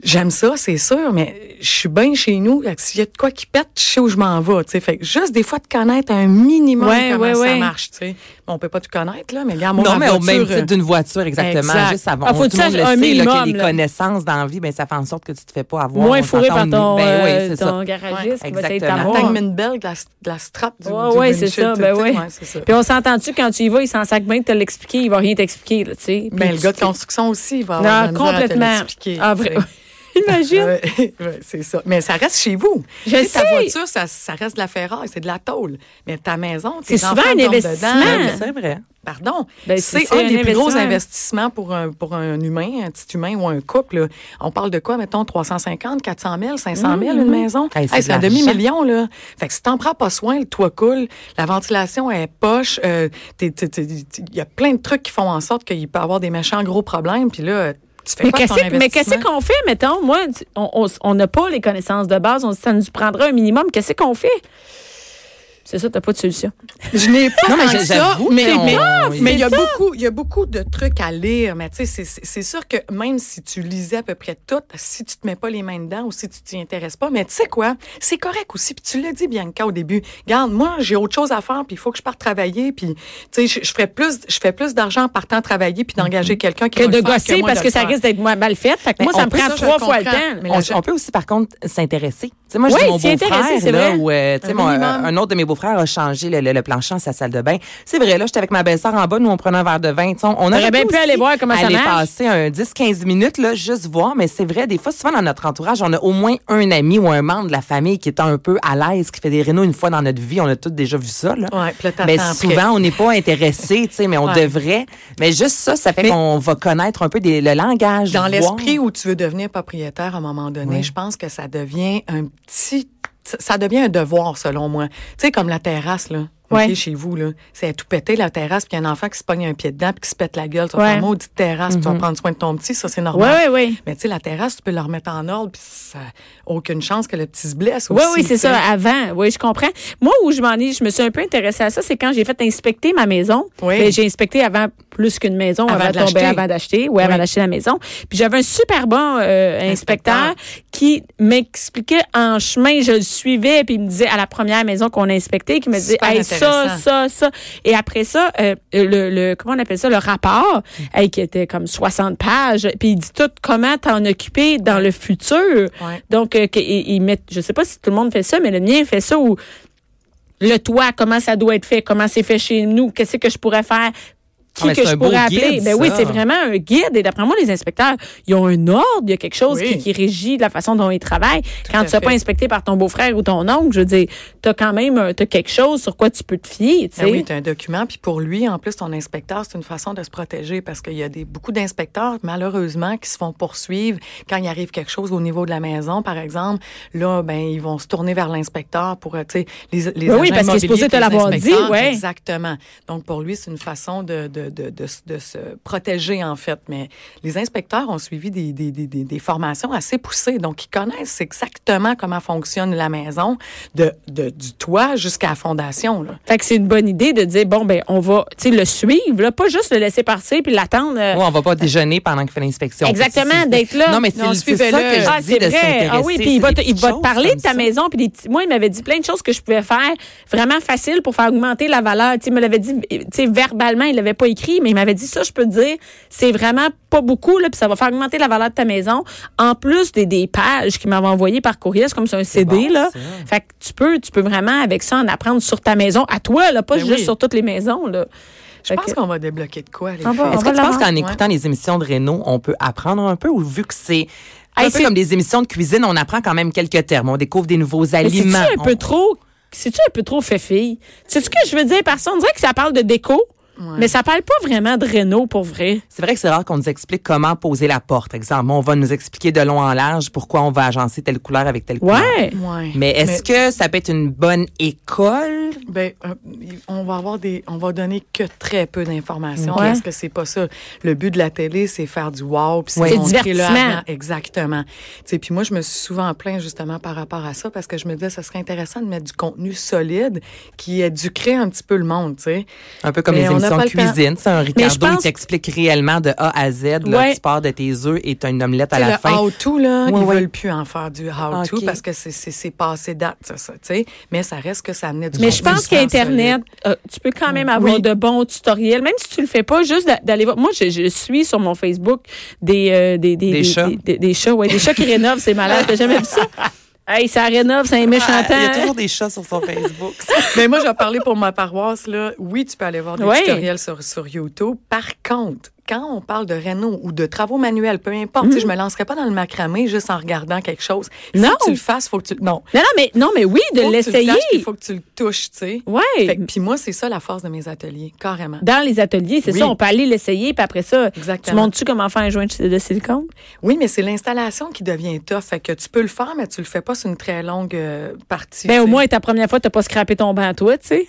[SPEAKER 3] J'aime ça, c'est sûr, mais je suis bien chez nous. Fait que S'il y a de quoi qui pète, je sais où je m'en vais. tu sais. Fait que juste des fois de connaître un minimum
[SPEAKER 2] Ouais,
[SPEAKER 3] comment
[SPEAKER 2] ouais,
[SPEAKER 3] ça
[SPEAKER 2] ouais.
[SPEAKER 3] marche. tu sais. Bon, on peut pas tout connaître, là, mais regarde, moi,
[SPEAKER 4] non,
[SPEAKER 3] ma
[SPEAKER 4] mais au même
[SPEAKER 3] voiture,
[SPEAKER 4] titre d'une voiture, exactement.
[SPEAKER 3] Exact.
[SPEAKER 4] Juste avant,
[SPEAKER 2] Ah,
[SPEAKER 4] on-
[SPEAKER 2] faut
[SPEAKER 4] tout
[SPEAKER 2] que
[SPEAKER 4] le monde
[SPEAKER 2] tu
[SPEAKER 4] le
[SPEAKER 2] saches un
[SPEAKER 4] sait, là,
[SPEAKER 2] minimum,
[SPEAKER 4] que les
[SPEAKER 2] là.
[SPEAKER 4] connaissances dans la vie, ben, ça fait en sorte que tu te fais pas avoir.
[SPEAKER 2] Moins
[SPEAKER 4] on
[SPEAKER 2] fourré
[SPEAKER 4] s'entend,
[SPEAKER 2] par
[SPEAKER 4] on-
[SPEAKER 2] ton,
[SPEAKER 4] ben, oui,
[SPEAKER 2] euh,
[SPEAKER 4] c'est ça.
[SPEAKER 2] ton garagiste qui va essayer de
[SPEAKER 4] exactement.
[SPEAKER 2] t'avoir.
[SPEAKER 3] la Diamond Bell, de la, de la strap du,
[SPEAKER 2] Oh. Ouais,
[SPEAKER 3] du
[SPEAKER 2] ouais, c'est
[SPEAKER 3] windshield,
[SPEAKER 2] ça,
[SPEAKER 3] tu
[SPEAKER 2] ben
[SPEAKER 3] sais,
[SPEAKER 2] ouais.
[SPEAKER 3] ouais, c'est ça.
[SPEAKER 2] Puis on s'entend-tu quand tu y vas, il s'en sac bien de te l'expliquer, il va rien t'expliquer, là, tu sais. Puis
[SPEAKER 3] Mais Ben, le
[SPEAKER 2] tu-
[SPEAKER 3] gars de construction aussi, il va avoir
[SPEAKER 2] Non,
[SPEAKER 3] de la misère à te
[SPEAKER 2] complètement.
[SPEAKER 3] l'expliquer,
[SPEAKER 2] Ah,
[SPEAKER 3] tu sais. Ah
[SPEAKER 2] vraiment. Imagine.
[SPEAKER 3] Ouais, ouais, c'est ça. Mais ça reste chez vous.
[SPEAKER 2] Je
[SPEAKER 3] Tu sais,
[SPEAKER 2] sais.
[SPEAKER 3] Ta voiture, ça, ça reste de la ferraille, c'est de la tôle. Mais ta maison, tes
[SPEAKER 2] C'est souvent
[SPEAKER 3] enfants
[SPEAKER 2] un
[SPEAKER 3] dorment
[SPEAKER 2] investissement.
[SPEAKER 3] dedans.
[SPEAKER 4] Ben, C'est vrai.
[SPEAKER 3] Pardon.
[SPEAKER 2] Ben, c'est-
[SPEAKER 3] c'est
[SPEAKER 2] c'est
[SPEAKER 3] un des
[SPEAKER 2] un
[SPEAKER 3] plus gros
[SPEAKER 2] investissement.
[SPEAKER 3] investissements pour un, pour un humain, un petit humain ou un couple. là. On parle de quoi, mettons, 350, 400 000, 500 000 une maison?
[SPEAKER 4] Hey, c'est
[SPEAKER 3] Hey,
[SPEAKER 4] de
[SPEAKER 3] c'est un
[SPEAKER 4] l'argent.
[SPEAKER 3] demi-million, là. Fait que si t'en prends pas soin, le toit coule, la ventilation est poche, euh, t'es- t'es- t'es- il y a plein de trucs qui font en sorte qu'il peut avoir des méchants gros problèmes, puis là, tu fais
[SPEAKER 2] Mais
[SPEAKER 3] quoi de
[SPEAKER 2] qu'est-ce
[SPEAKER 3] ton
[SPEAKER 2] que- mais qu'est-ce
[SPEAKER 3] investissement?
[SPEAKER 2] qu'on fait, mettons? Moi, tu- on- on s- on n'a pas les connaissances de base, on, ça nous prendra un minimum. Qu'est-ce qu'on fait? C'est ça, t'as pas de solution.
[SPEAKER 3] Je n'ai pas
[SPEAKER 4] Non, mais
[SPEAKER 3] tant
[SPEAKER 4] je-
[SPEAKER 3] que ça,
[SPEAKER 4] j'avoue,
[SPEAKER 3] mais
[SPEAKER 4] mais on-
[SPEAKER 3] mais-
[SPEAKER 4] on-
[SPEAKER 3] mais il y a beaucoup, il y a beaucoup de trucs à lire. Mais tu sais, c'est- c'est c'est sûr que même si tu lisais à peu près tout, si tu te mets pas les mains dedans ou si tu t'y intéresses pas, mais tu sais quoi, c'est correct aussi. Puis tu l'as dit Bianca au début. Garde, moi j'ai autre chose à faire, puis il faut que je parte travailler, puis tu sais, je- je ferais plus, je fais plus d'argent en partant travailler puis d'engager quelqu'un qui
[SPEAKER 2] Que
[SPEAKER 3] va
[SPEAKER 2] de
[SPEAKER 3] le faire
[SPEAKER 2] gosser
[SPEAKER 3] moi
[SPEAKER 2] parce
[SPEAKER 3] de
[SPEAKER 2] que
[SPEAKER 3] le
[SPEAKER 2] ça
[SPEAKER 3] faire.
[SPEAKER 2] risque d'être moins mal fait. Fait que
[SPEAKER 4] Mais
[SPEAKER 2] moi, ça
[SPEAKER 4] on
[SPEAKER 2] me
[SPEAKER 4] peut-
[SPEAKER 2] prend
[SPEAKER 3] ça, je
[SPEAKER 2] trois fois le
[SPEAKER 3] comprends.
[SPEAKER 2] temps.
[SPEAKER 3] Mais
[SPEAKER 4] Hein? On,
[SPEAKER 3] la je-
[SPEAKER 4] on peut aussi, par contre, s'intéresser. Tu sais, moi, je
[SPEAKER 2] Oui,
[SPEAKER 4] dis mon
[SPEAKER 2] s'y intéresser, c'est
[SPEAKER 4] beau-frère, là,
[SPEAKER 2] vrai.
[SPEAKER 4] où, euh, tu sais,
[SPEAKER 3] Un
[SPEAKER 4] mon- un,
[SPEAKER 3] minimum.
[SPEAKER 4] un autre de mes beaux-frères a changé le, le- le plancher en sa salle de bain. C'est vrai, là, j'étais avec ma belle-sœur en bas, nous, on prenait un verre de vin. Tu sais, On on aurait
[SPEAKER 2] bien pu
[SPEAKER 4] aussi
[SPEAKER 2] aller voir comment ça
[SPEAKER 4] aller
[SPEAKER 2] marche.
[SPEAKER 4] passer un 10-15 minutes, là, juste voir. Mais c'est vrai, des fois, souvent, dans notre entourage, on a au moins un ami ou un membre de la famille qui est un peu à l'aise, qui fait des rénaux une fois dans notre vie. On a tous déjà vu ça, là.
[SPEAKER 3] Ouais, puis là, t'attends
[SPEAKER 4] mais
[SPEAKER 3] après.
[SPEAKER 4] souvent, on n'est pas intéressé, tu sais, mais on
[SPEAKER 3] Ouais.
[SPEAKER 4] devrait. Mais juste ça, ça fait
[SPEAKER 3] Mais-
[SPEAKER 4] qu'on va connaître un peu des- le langage.
[SPEAKER 3] Dans
[SPEAKER 4] voir.
[SPEAKER 3] l'esprit où tu veux devenir propriétaire à un moment donné,
[SPEAKER 4] Ouais.
[SPEAKER 3] je pense que ça devient un petit ça- ça devient un devoir, selon moi. Tu sais, comme la terrasse, là.
[SPEAKER 2] Ouais.
[SPEAKER 3] OK, chez vous, là. C'est à tout péter, la terrasse, puis il y a un enfant qui se pogne un pied dedans, puis qui se pète la gueule. Tu vas
[SPEAKER 2] Ouais. Mhm.
[SPEAKER 3] faire maudite terrasse, puis tu vas prendre soin de ton petit, ça, c'est
[SPEAKER 2] Oui,
[SPEAKER 3] normal.
[SPEAKER 2] oui, oui.
[SPEAKER 3] Mais tu sais, la terrasse, tu peux la remettre en ordre, puis ça aucune chance que le petit se blesse
[SPEAKER 2] Oui,
[SPEAKER 3] aussi.
[SPEAKER 2] oui, c'est
[SPEAKER 3] tu sais.
[SPEAKER 2] ça, avant. Oui, je comprends. Moi, où je m'en ai, je me suis un peu intéressée à ça, c'est quand j'ai fait inspecter ma maison.
[SPEAKER 3] Oui.
[SPEAKER 2] Ben, j'ai inspecté avant plus qu'une maison,
[SPEAKER 3] Avant
[SPEAKER 2] avant,
[SPEAKER 3] de
[SPEAKER 2] de tomber,
[SPEAKER 3] l'acheter.
[SPEAKER 2] avant d'acheter, ouais, avant
[SPEAKER 3] Oui.
[SPEAKER 2] d'acheter la maison. Puis j'avais un super bon euh, inspecteur
[SPEAKER 3] Inspecteur.
[SPEAKER 2] qui m'expliquait en chemin, je le suivais, puis il me disait à la première maison qu'on a inspectée, qui me disait,
[SPEAKER 3] Super
[SPEAKER 2] hey, ça,
[SPEAKER 3] intéressant.
[SPEAKER 2] ça, ça. Et après ça, euh, le, le, comment on appelle ça, le rapport,
[SPEAKER 4] Mm.
[SPEAKER 2] hey, qui était comme 60 pages, puis il dit tout comment t'en occuper dans le futur.
[SPEAKER 3] Ouais.
[SPEAKER 2] Donc, euh, que- ils ils mettent, je sais pas si tout le monde fait ça, mais le mien fait ça où le toit, comment ça doit être fait, comment c'est fait chez nous, qu'est-ce que je pourrais faire, qui
[SPEAKER 4] Ah, mais
[SPEAKER 2] que
[SPEAKER 4] c'est
[SPEAKER 2] je
[SPEAKER 4] un beau
[SPEAKER 2] pourrais
[SPEAKER 4] guide,
[SPEAKER 2] appeler. ben oui,
[SPEAKER 4] ça.
[SPEAKER 2] c'est vraiment un guide. Et d'après moi, les inspecteurs, ils ont un ordre, il y a quelque chose qui,
[SPEAKER 3] Oui.
[SPEAKER 2] qui régit la façon dont ils travaillent. quand
[SPEAKER 3] à
[SPEAKER 2] tu ne sois
[SPEAKER 3] fait.
[SPEAKER 2] pas inspecté par ton beau-frère ou ton oncle, je veux dire, t'as quand même un- t'as quelque chose sur quoi tu peux te fier, tu
[SPEAKER 3] Ben
[SPEAKER 2] sais.
[SPEAKER 3] oui, t'as un document. Puis pour lui, en plus, ton inspecteur, c'est une façon de se protéger parce qu'il y a des, beaucoup d'inspecteurs, malheureusement, qui se font poursuivre quand il arrive quelque chose au niveau de la maison, par exemple. Là, ben, ils vont se tourner vers l'inspecteur pour, euh, tu sais, les, les
[SPEAKER 2] Ben oui,
[SPEAKER 3] agents
[SPEAKER 2] parce qu'il est
[SPEAKER 3] immobiliers
[SPEAKER 2] supposé te
[SPEAKER 3] puis les
[SPEAKER 2] l'avoir dit,
[SPEAKER 3] inspecteurs.
[SPEAKER 2] ouais.
[SPEAKER 3] Exactement. Donc, pour lui, c'est une façon de, de, de, de, se- de se protéger, en fait. Mais les inspecteurs ont suivi des, des, des, des, des formations assez poussées. Donc, ils connaissent exactement comment fonctionne la maison, de, de, du toit jusqu'à la fondation, là.
[SPEAKER 2] Fait que c'est une bonne idée de dire, bon, ben, on va, tu sais, le suivre, là, pas juste le laisser partir puis l'attendre. euh,
[SPEAKER 4] Ouais, on va pas déjeuner pendant qu'il fait l'inspection.
[SPEAKER 2] Exactement,
[SPEAKER 4] C'est-
[SPEAKER 2] d'être là.
[SPEAKER 4] Non, mais c'est
[SPEAKER 3] Non,
[SPEAKER 4] c'est
[SPEAKER 3] suivez-le.
[SPEAKER 4] ça que je
[SPEAKER 2] Ah,
[SPEAKER 4] dis
[SPEAKER 2] c'est
[SPEAKER 4] de
[SPEAKER 2] vrai. Ah oui,
[SPEAKER 4] s'intéresser,
[SPEAKER 2] puis il
[SPEAKER 4] c'est
[SPEAKER 2] va
[SPEAKER 4] des
[SPEAKER 2] te, il
[SPEAKER 4] petites
[SPEAKER 2] va te
[SPEAKER 4] choses hein.
[SPEAKER 2] parler
[SPEAKER 4] comme
[SPEAKER 2] de ta
[SPEAKER 4] ça.
[SPEAKER 2] maison. Puis des petits- moi, il m'avait dit plein de choses que je pouvais faire vraiment facile pour faire augmenter la valeur. Tu sais, il me l'avait dit tu sais, verbalement, il l'avait pas écrit, mais il m'avait dit ça, je peux te dire, c'est vraiment pas beaucoup, là, puis ça va faire augmenter la valeur de ta maison. En plus des, des pages qu'il m'avait envoyées par courrier, c'est comme c'est un CD.
[SPEAKER 4] bon,
[SPEAKER 2] là.
[SPEAKER 4] ça.
[SPEAKER 2] Fait que tu peux, tu peux vraiment, avec ça, en apprendre sur ta maison, à toi, là, pas
[SPEAKER 3] Ben
[SPEAKER 2] juste
[SPEAKER 3] oui.
[SPEAKER 2] sur toutes les maisons. Là.
[SPEAKER 3] Je
[SPEAKER 2] Fait
[SPEAKER 3] pense
[SPEAKER 2] que-
[SPEAKER 3] qu'on va débloquer de quoi, les
[SPEAKER 2] Ah On va-
[SPEAKER 3] filles?
[SPEAKER 2] on
[SPEAKER 4] Est-ce que tu
[SPEAKER 2] l'avoir.
[SPEAKER 4] penses qu'en écoutant les émissions de Renault, on peut apprendre un peu ou vu que c'est un
[SPEAKER 2] Hey,
[SPEAKER 4] peu
[SPEAKER 2] c'est-
[SPEAKER 4] comme des émissions de cuisine, on apprend quand même quelques termes, on découvre des nouveaux
[SPEAKER 2] Mais c'est-tu
[SPEAKER 4] aliments.
[SPEAKER 2] un peu
[SPEAKER 4] On-
[SPEAKER 2] trop. C'est-tu un peu trop fait fille? C'est-tu ce que je veux dire par ça? On dirait que ça parle de déco, mais ça parle pas vraiment de Renault pour vrai.
[SPEAKER 4] C'est vrai que c'est rare qu'on nous explique comment poser la porte. Exemple, on va nous expliquer de long en large pourquoi on va agencer telle couleur avec telle couleur.
[SPEAKER 2] Ouais.
[SPEAKER 3] Ouais.
[SPEAKER 4] Mais est-ce que ça peut être une bonne école?
[SPEAKER 3] Ben, euh, on va avoir des, on va donner que très peu d'informations
[SPEAKER 2] Ouais.
[SPEAKER 3] parce que c'est pas ça. Le but de la télé, c'est faire du wow, puis c'est
[SPEAKER 2] Ouais. C'est
[SPEAKER 3] montrer le
[SPEAKER 2] divertissement.
[SPEAKER 3] avant. exactement. Tu sais, puis moi, je me suis souvent plaint justement par rapport à ça parce que je me disais, ça serait intéressant de mettre du contenu solide qui éduquerait un petit peu le monde, tu sais.
[SPEAKER 4] Un peu comme
[SPEAKER 3] Mais
[SPEAKER 4] les
[SPEAKER 3] on n'a
[SPEAKER 4] émissions
[SPEAKER 3] pas
[SPEAKER 4] de
[SPEAKER 3] le temps.
[SPEAKER 4] cuisine. C'est un
[SPEAKER 2] je
[SPEAKER 4] Ricardo, il
[SPEAKER 2] pense-
[SPEAKER 4] t'explique réellement de A à Z. Là,
[SPEAKER 2] Ouais.
[SPEAKER 4] Tu pars de tes œufs et t'as une omelette à
[SPEAKER 3] Tu sais,
[SPEAKER 4] la
[SPEAKER 3] le
[SPEAKER 4] fin.
[SPEAKER 3] how-to, là,
[SPEAKER 4] Oui,
[SPEAKER 3] ils
[SPEAKER 4] oui.
[SPEAKER 3] veulent plus en faire du how-to
[SPEAKER 4] Ok.
[SPEAKER 3] parce que c'est- c'est c'est passé date, ça, ça, tu sais. Mais ça reste que ça amenait du
[SPEAKER 2] Mais je
[SPEAKER 3] contenu
[SPEAKER 2] pense
[SPEAKER 3] super
[SPEAKER 2] qu'Internet, euh, tu peux quand même avoir
[SPEAKER 3] Oui.
[SPEAKER 2] de bons tutoriels, même si tu le fais pas, juste d'a- d'aller voir. Moi, je, je suis sur mon Facebook des, euh, des,
[SPEAKER 4] Des chats.
[SPEAKER 2] Des, des- des chats, ouais, des chats qui rénovent, c'est malade. T'as jamais vu ça? Hey, ça rénove, c'est un méchant
[SPEAKER 4] Il y a
[SPEAKER 2] temps.
[SPEAKER 4] toujours des chats sur son Facebook.
[SPEAKER 3] Mais moi, je vais parler pour ma paroisse. Là. Oui, tu peux aller voir des
[SPEAKER 2] Ouais.
[SPEAKER 3] tutoriels sur, sur YouTube. Par contre, quand on parle de réno ou de travaux manuels, peu importe,
[SPEAKER 2] Mm.
[SPEAKER 3] tu sais, je me lancerai pas dans le macramé juste en regardant quelque chose. Faut
[SPEAKER 2] Non.
[SPEAKER 3] que tu le fasses, faut que tu... Non.
[SPEAKER 2] Non, non, mais, non, mais oui, de
[SPEAKER 3] Faut que tu le
[SPEAKER 2] l'essayer.
[SPEAKER 3] fasses, puis faut que tu le touches, tu sais.
[SPEAKER 2] Ouais.
[SPEAKER 3] Fait que- Puis moi, c'est ça la force de mes ateliers, carrément.
[SPEAKER 2] Dans les ateliers, c'est
[SPEAKER 3] Oui.
[SPEAKER 2] ça, on peut aller l'essayer, puis après ça, tu
[SPEAKER 3] Exactement.
[SPEAKER 2] montres-tu comment faire un joint de silicone?
[SPEAKER 3] Oui, mais c'est l'installation qui devient tough. Fait que tu peux le faire, mais tu le fais pas sur une très longue euh, partie.
[SPEAKER 2] Ben,
[SPEAKER 3] tu
[SPEAKER 2] au
[SPEAKER 3] sais.
[SPEAKER 2] moins, ta première fois, t'as pas scrappé ton banc à toi, tu sais.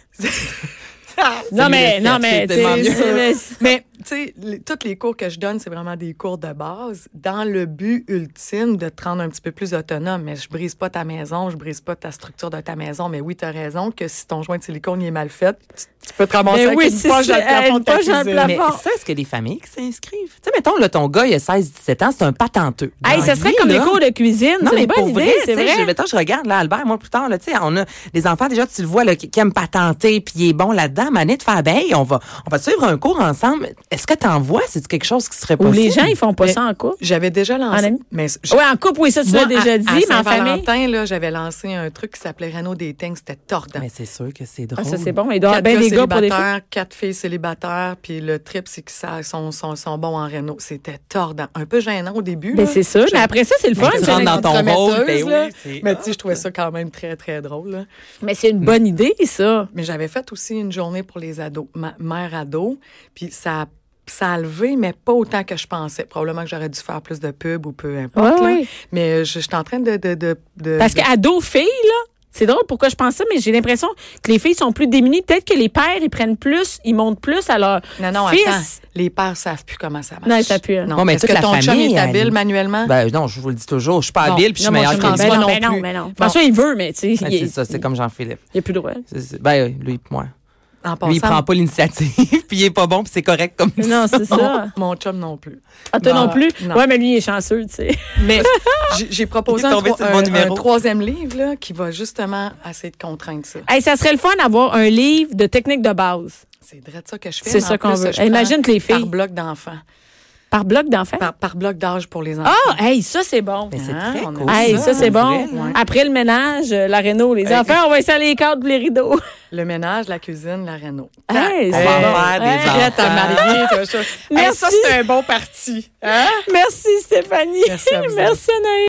[SPEAKER 3] Ah,
[SPEAKER 2] non, mais,
[SPEAKER 4] mieux de
[SPEAKER 2] non,
[SPEAKER 4] faire,
[SPEAKER 2] mais,
[SPEAKER 4] c'est tellement
[SPEAKER 2] tu sais,
[SPEAKER 4] mieux.
[SPEAKER 2] c'est- mais-
[SPEAKER 3] Mais, tu sais, les- tous les cours que je donne, c'est vraiment des cours de base dans le but ultime de te rendre un petit peu plus autonome. Mais je brise pas ta maison, je brise pas ta structure de ta maison. Mais oui, tu as raison que si ton joint de silicone il est mal fait, tu, tu peux te ramasser
[SPEAKER 2] Ben
[SPEAKER 3] avec
[SPEAKER 2] oui,
[SPEAKER 3] une
[SPEAKER 2] c'est
[SPEAKER 3] poche
[SPEAKER 2] ça,
[SPEAKER 3] dans le plafond de ta
[SPEAKER 2] une poche dans le
[SPEAKER 3] cuisine.
[SPEAKER 2] plafond.
[SPEAKER 4] Mais
[SPEAKER 2] Bon.
[SPEAKER 4] ça, est-ce que des familles qui s'inscrivent? Tu sais, mettons, là, ton gars, il a 16-17 ans, c'est un patenteux.
[SPEAKER 2] Hey,
[SPEAKER 4] Dans
[SPEAKER 2] ça
[SPEAKER 4] la
[SPEAKER 2] serait
[SPEAKER 4] vie,
[SPEAKER 2] comme
[SPEAKER 4] là.
[SPEAKER 2] des cours de cuisine.
[SPEAKER 4] Non,
[SPEAKER 2] c'est
[SPEAKER 4] mais
[SPEAKER 2] une bonne
[SPEAKER 4] pour
[SPEAKER 2] idée,
[SPEAKER 4] vrai,
[SPEAKER 2] c'est
[SPEAKER 4] tu sais,
[SPEAKER 2] vrai.
[SPEAKER 4] Je, mettons, je regarde, là, Albert, moi, plus tard, là, tu sais, on a des enfants, déjà, tu le vois, là, qui, qui aiment patenter, puis il est bon là-dedans, mané de faire, ben, hey, on va, on va suivre un cours ensemble. Est-ce que t'en vois? C'est quelque chose qui serait
[SPEAKER 2] Ou
[SPEAKER 4] possible?
[SPEAKER 2] les gens, ils font pas
[SPEAKER 3] Mais-
[SPEAKER 2] ça en couple.
[SPEAKER 3] J'avais déjà
[SPEAKER 2] En
[SPEAKER 3] lancé.
[SPEAKER 2] ami?
[SPEAKER 3] mais je-
[SPEAKER 2] Oui, en couple, oui, ça, tu
[SPEAKER 3] moi,
[SPEAKER 2] l'as déjà
[SPEAKER 3] à-
[SPEAKER 2] dit,
[SPEAKER 3] à
[SPEAKER 2] mais en famille.
[SPEAKER 3] Saint-Valentin, là, j'avais lancé un truc qui s'appelait Renault Dating. C'était tordant.
[SPEAKER 4] Mais c'est sûr que c'est drôle.
[SPEAKER 2] Ah, ça, c'est bon. mais Il doit y avoir
[SPEAKER 3] Quatre
[SPEAKER 2] bien
[SPEAKER 3] gars
[SPEAKER 2] des gars pour des filles.
[SPEAKER 3] célibataires, quatre filles célibataires, puis le trip, c'est qu'ils sa- sont, sont, sont bons en Renault. C'était tordant. Un peu gênant au début.
[SPEAKER 2] Mais
[SPEAKER 3] là.
[SPEAKER 2] Ben, c'est sûr.
[SPEAKER 3] Je-
[SPEAKER 2] Mais après ça, c'est le fun.
[SPEAKER 4] tu
[SPEAKER 2] c'est
[SPEAKER 4] rentres
[SPEAKER 2] la-
[SPEAKER 4] dans ton rôle, ben
[SPEAKER 3] Entremetteuse, là.
[SPEAKER 4] oui, c'est-
[SPEAKER 3] Mais tu sais, je trouvais ça quand même très, très drôle. là.
[SPEAKER 2] Mais c'est une bonne idée, ça.
[SPEAKER 3] Mais j'avais fait aussi une journée pour les ados, ma mère ado, puis ça a ça a levé, mais pas autant que je pensais. Probablement que j'aurais dû faire plus de pub ou peu importe.
[SPEAKER 2] Ouais,
[SPEAKER 3] là. euh,
[SPEAKER 2] ouais.
[SPEAKER 3] Mais je, je suis en train de... de, de, de-
[SPEAKER 2] Parce
[SPEAKER 3] de-
[SPEAKER 2] qu'ado-fille, là, C'est drôle pourquoi je pense ça, mais j'ai l'impression que les filles sont plus démunies. Peut-être que les pères, ils prennent plus, ils montent plus à leur
[SPEAKER 3] Non, non,
[SPEAKER 2] fils.
[SPEAKER 3] attends. Les pères savent plus comment ça marche.
[SPEAKER 2] Non, ils savent plus, hein.
[SPEAKER 3] Non,
[SPEAKER 4] Bon, mais
[SPEAKER 3] Est-ce
[SPEAKER 4] toute
[SPEAKER 3] que
[SPEAKER 4] la
[SPEAKER 3] ton chum
[SPEAKER 4] famille,
[SPEAKER 3] est habile
[SPEAKER 4] elle-
[SPEAKER 3] manuellement?
[SPEAKER 4] Ben non, je vous le dis toujours, je suis pas
[SPEAKER 3] Non.
[SPEAKER 4] habile, puis je suis
[SPEAKER 3] Non, moi,
[SPEAKER 4] meilleure
[SPEAKER 3] je
[SPEAKER 4] que lui.
[SPEAKER 3] pense
[SPEAKER 2] Ben
[SPEAKER 3] Moi
[SPEAKER 2] non,
[SPEAKER 3] non
[SPEAKER 2] ben non,
[SPEAKER 3] plus.
[SPEAKER 2] ben non.
[SPEAKER 3] Bon.
[SPEAKER 2] François, il veut, mais tu sais,
[SPEAKER 4] Ah,
[SPEAKER 2] il
[SPEAKER 4] c'est ça, c'est comme Jean-Philippe.
[SPEAKER 2] il a plus le droit.
[SPEAKER 4] C'est- c'est- Ben oui, lui, moi.
[SPEAKER 3] En
[SPEAKER 4] Lui, il
[SPEAKER 3] passant,
[SPEAKER 4] prend pas l'initiative, puis il est pas bon, puis c'est correct comme
[SPEAKER 2] Non, c'est ça.
[SPEAKER 3] Mon chum non plus.
[SPEAKER 2] Ah, toi non,
[SPEAKER 3] Non,
[SPEAKER 2] plus?
[SPEAKER 3] non.
[SPEAKER 2] Ouais, mais lui, il est chanceux, tu sais.
[SPEAKER 3] Mais j'ai- j'ai proposé
[SPEAKER 4] Il est
[SPEAKER 3] un,
[SPEAKER 4] tombé
[SPEAKER 3] trois-
[SPEAKER 4] sur le bon
[SPEAKER 3] un-
[SPEAKER 4] numéro.
[SPEAKER 3] un troisième livre là, qui va justement essayer de contraindre ça.
[SPEAKER 2] Hey, ça serait le fun d'avoir un livre de technique de base
[SPEAKER 3] C'est vrai de ça que je fais.
[SPEAKER 2] C'est
[SPEAKER 3] mais en
[SPEAKER 2] ça qu'on
[SPEAKER 3] plus,
[SPEAKER 2] veut.
[SPEAKER 3] je prends
[SPEAKER 2] Imagine que les filles-
[SPEAKER 3] Par bloc d'enfants.
[SPEAKER 2] par bloc d'enfants.
[SPEAKER 3] Par, par bloc d'âge pour les enfants.
[SPEAKER 2] Hein? Ah, hey, ça, c'est bon.
[SPEAKER 4] Mais c'est
[SPEAKER 3] Ah,
[SPEAKER 4] très
[SPEAKER 3] on a
[SPEAKER 4] cool.
[SPEAKER 2] Hey, ça, c'est
[SPEAKER 4] pour
[SPEAKER 2] bon.
[SPEAKER 4] vrai, là.
[SPEAKER 2] Après le ménage, euh, la réno, les
[SPEAKER 3] Hey.
[SPEAKER 2] enfants, on va installer les cadres les rideaux.
[SPEAKER 3] Le ménage, la cuisine, la réno.
[SPEAKER 2] Hey,
[SPEAKER 4] On
[SPEAKER 2] c'est
[SPEAKER 4] va
[SPEAKER 2] bon.
[SPEAKER 4] en faire des
[SPEAKER 2] Hey.
[SPEAKER 4] enfants.
[SPEAKER 3] mariée, toi, ça.
[SPEAKER 2] Merci.
[SPEAKER 3] un bon parti. Hein?
[SPEAKER 2] Merci, Stéphanie.
[SPEAKER 3] Merci à vous
[SPEAKER 2] Merci, Anaïs.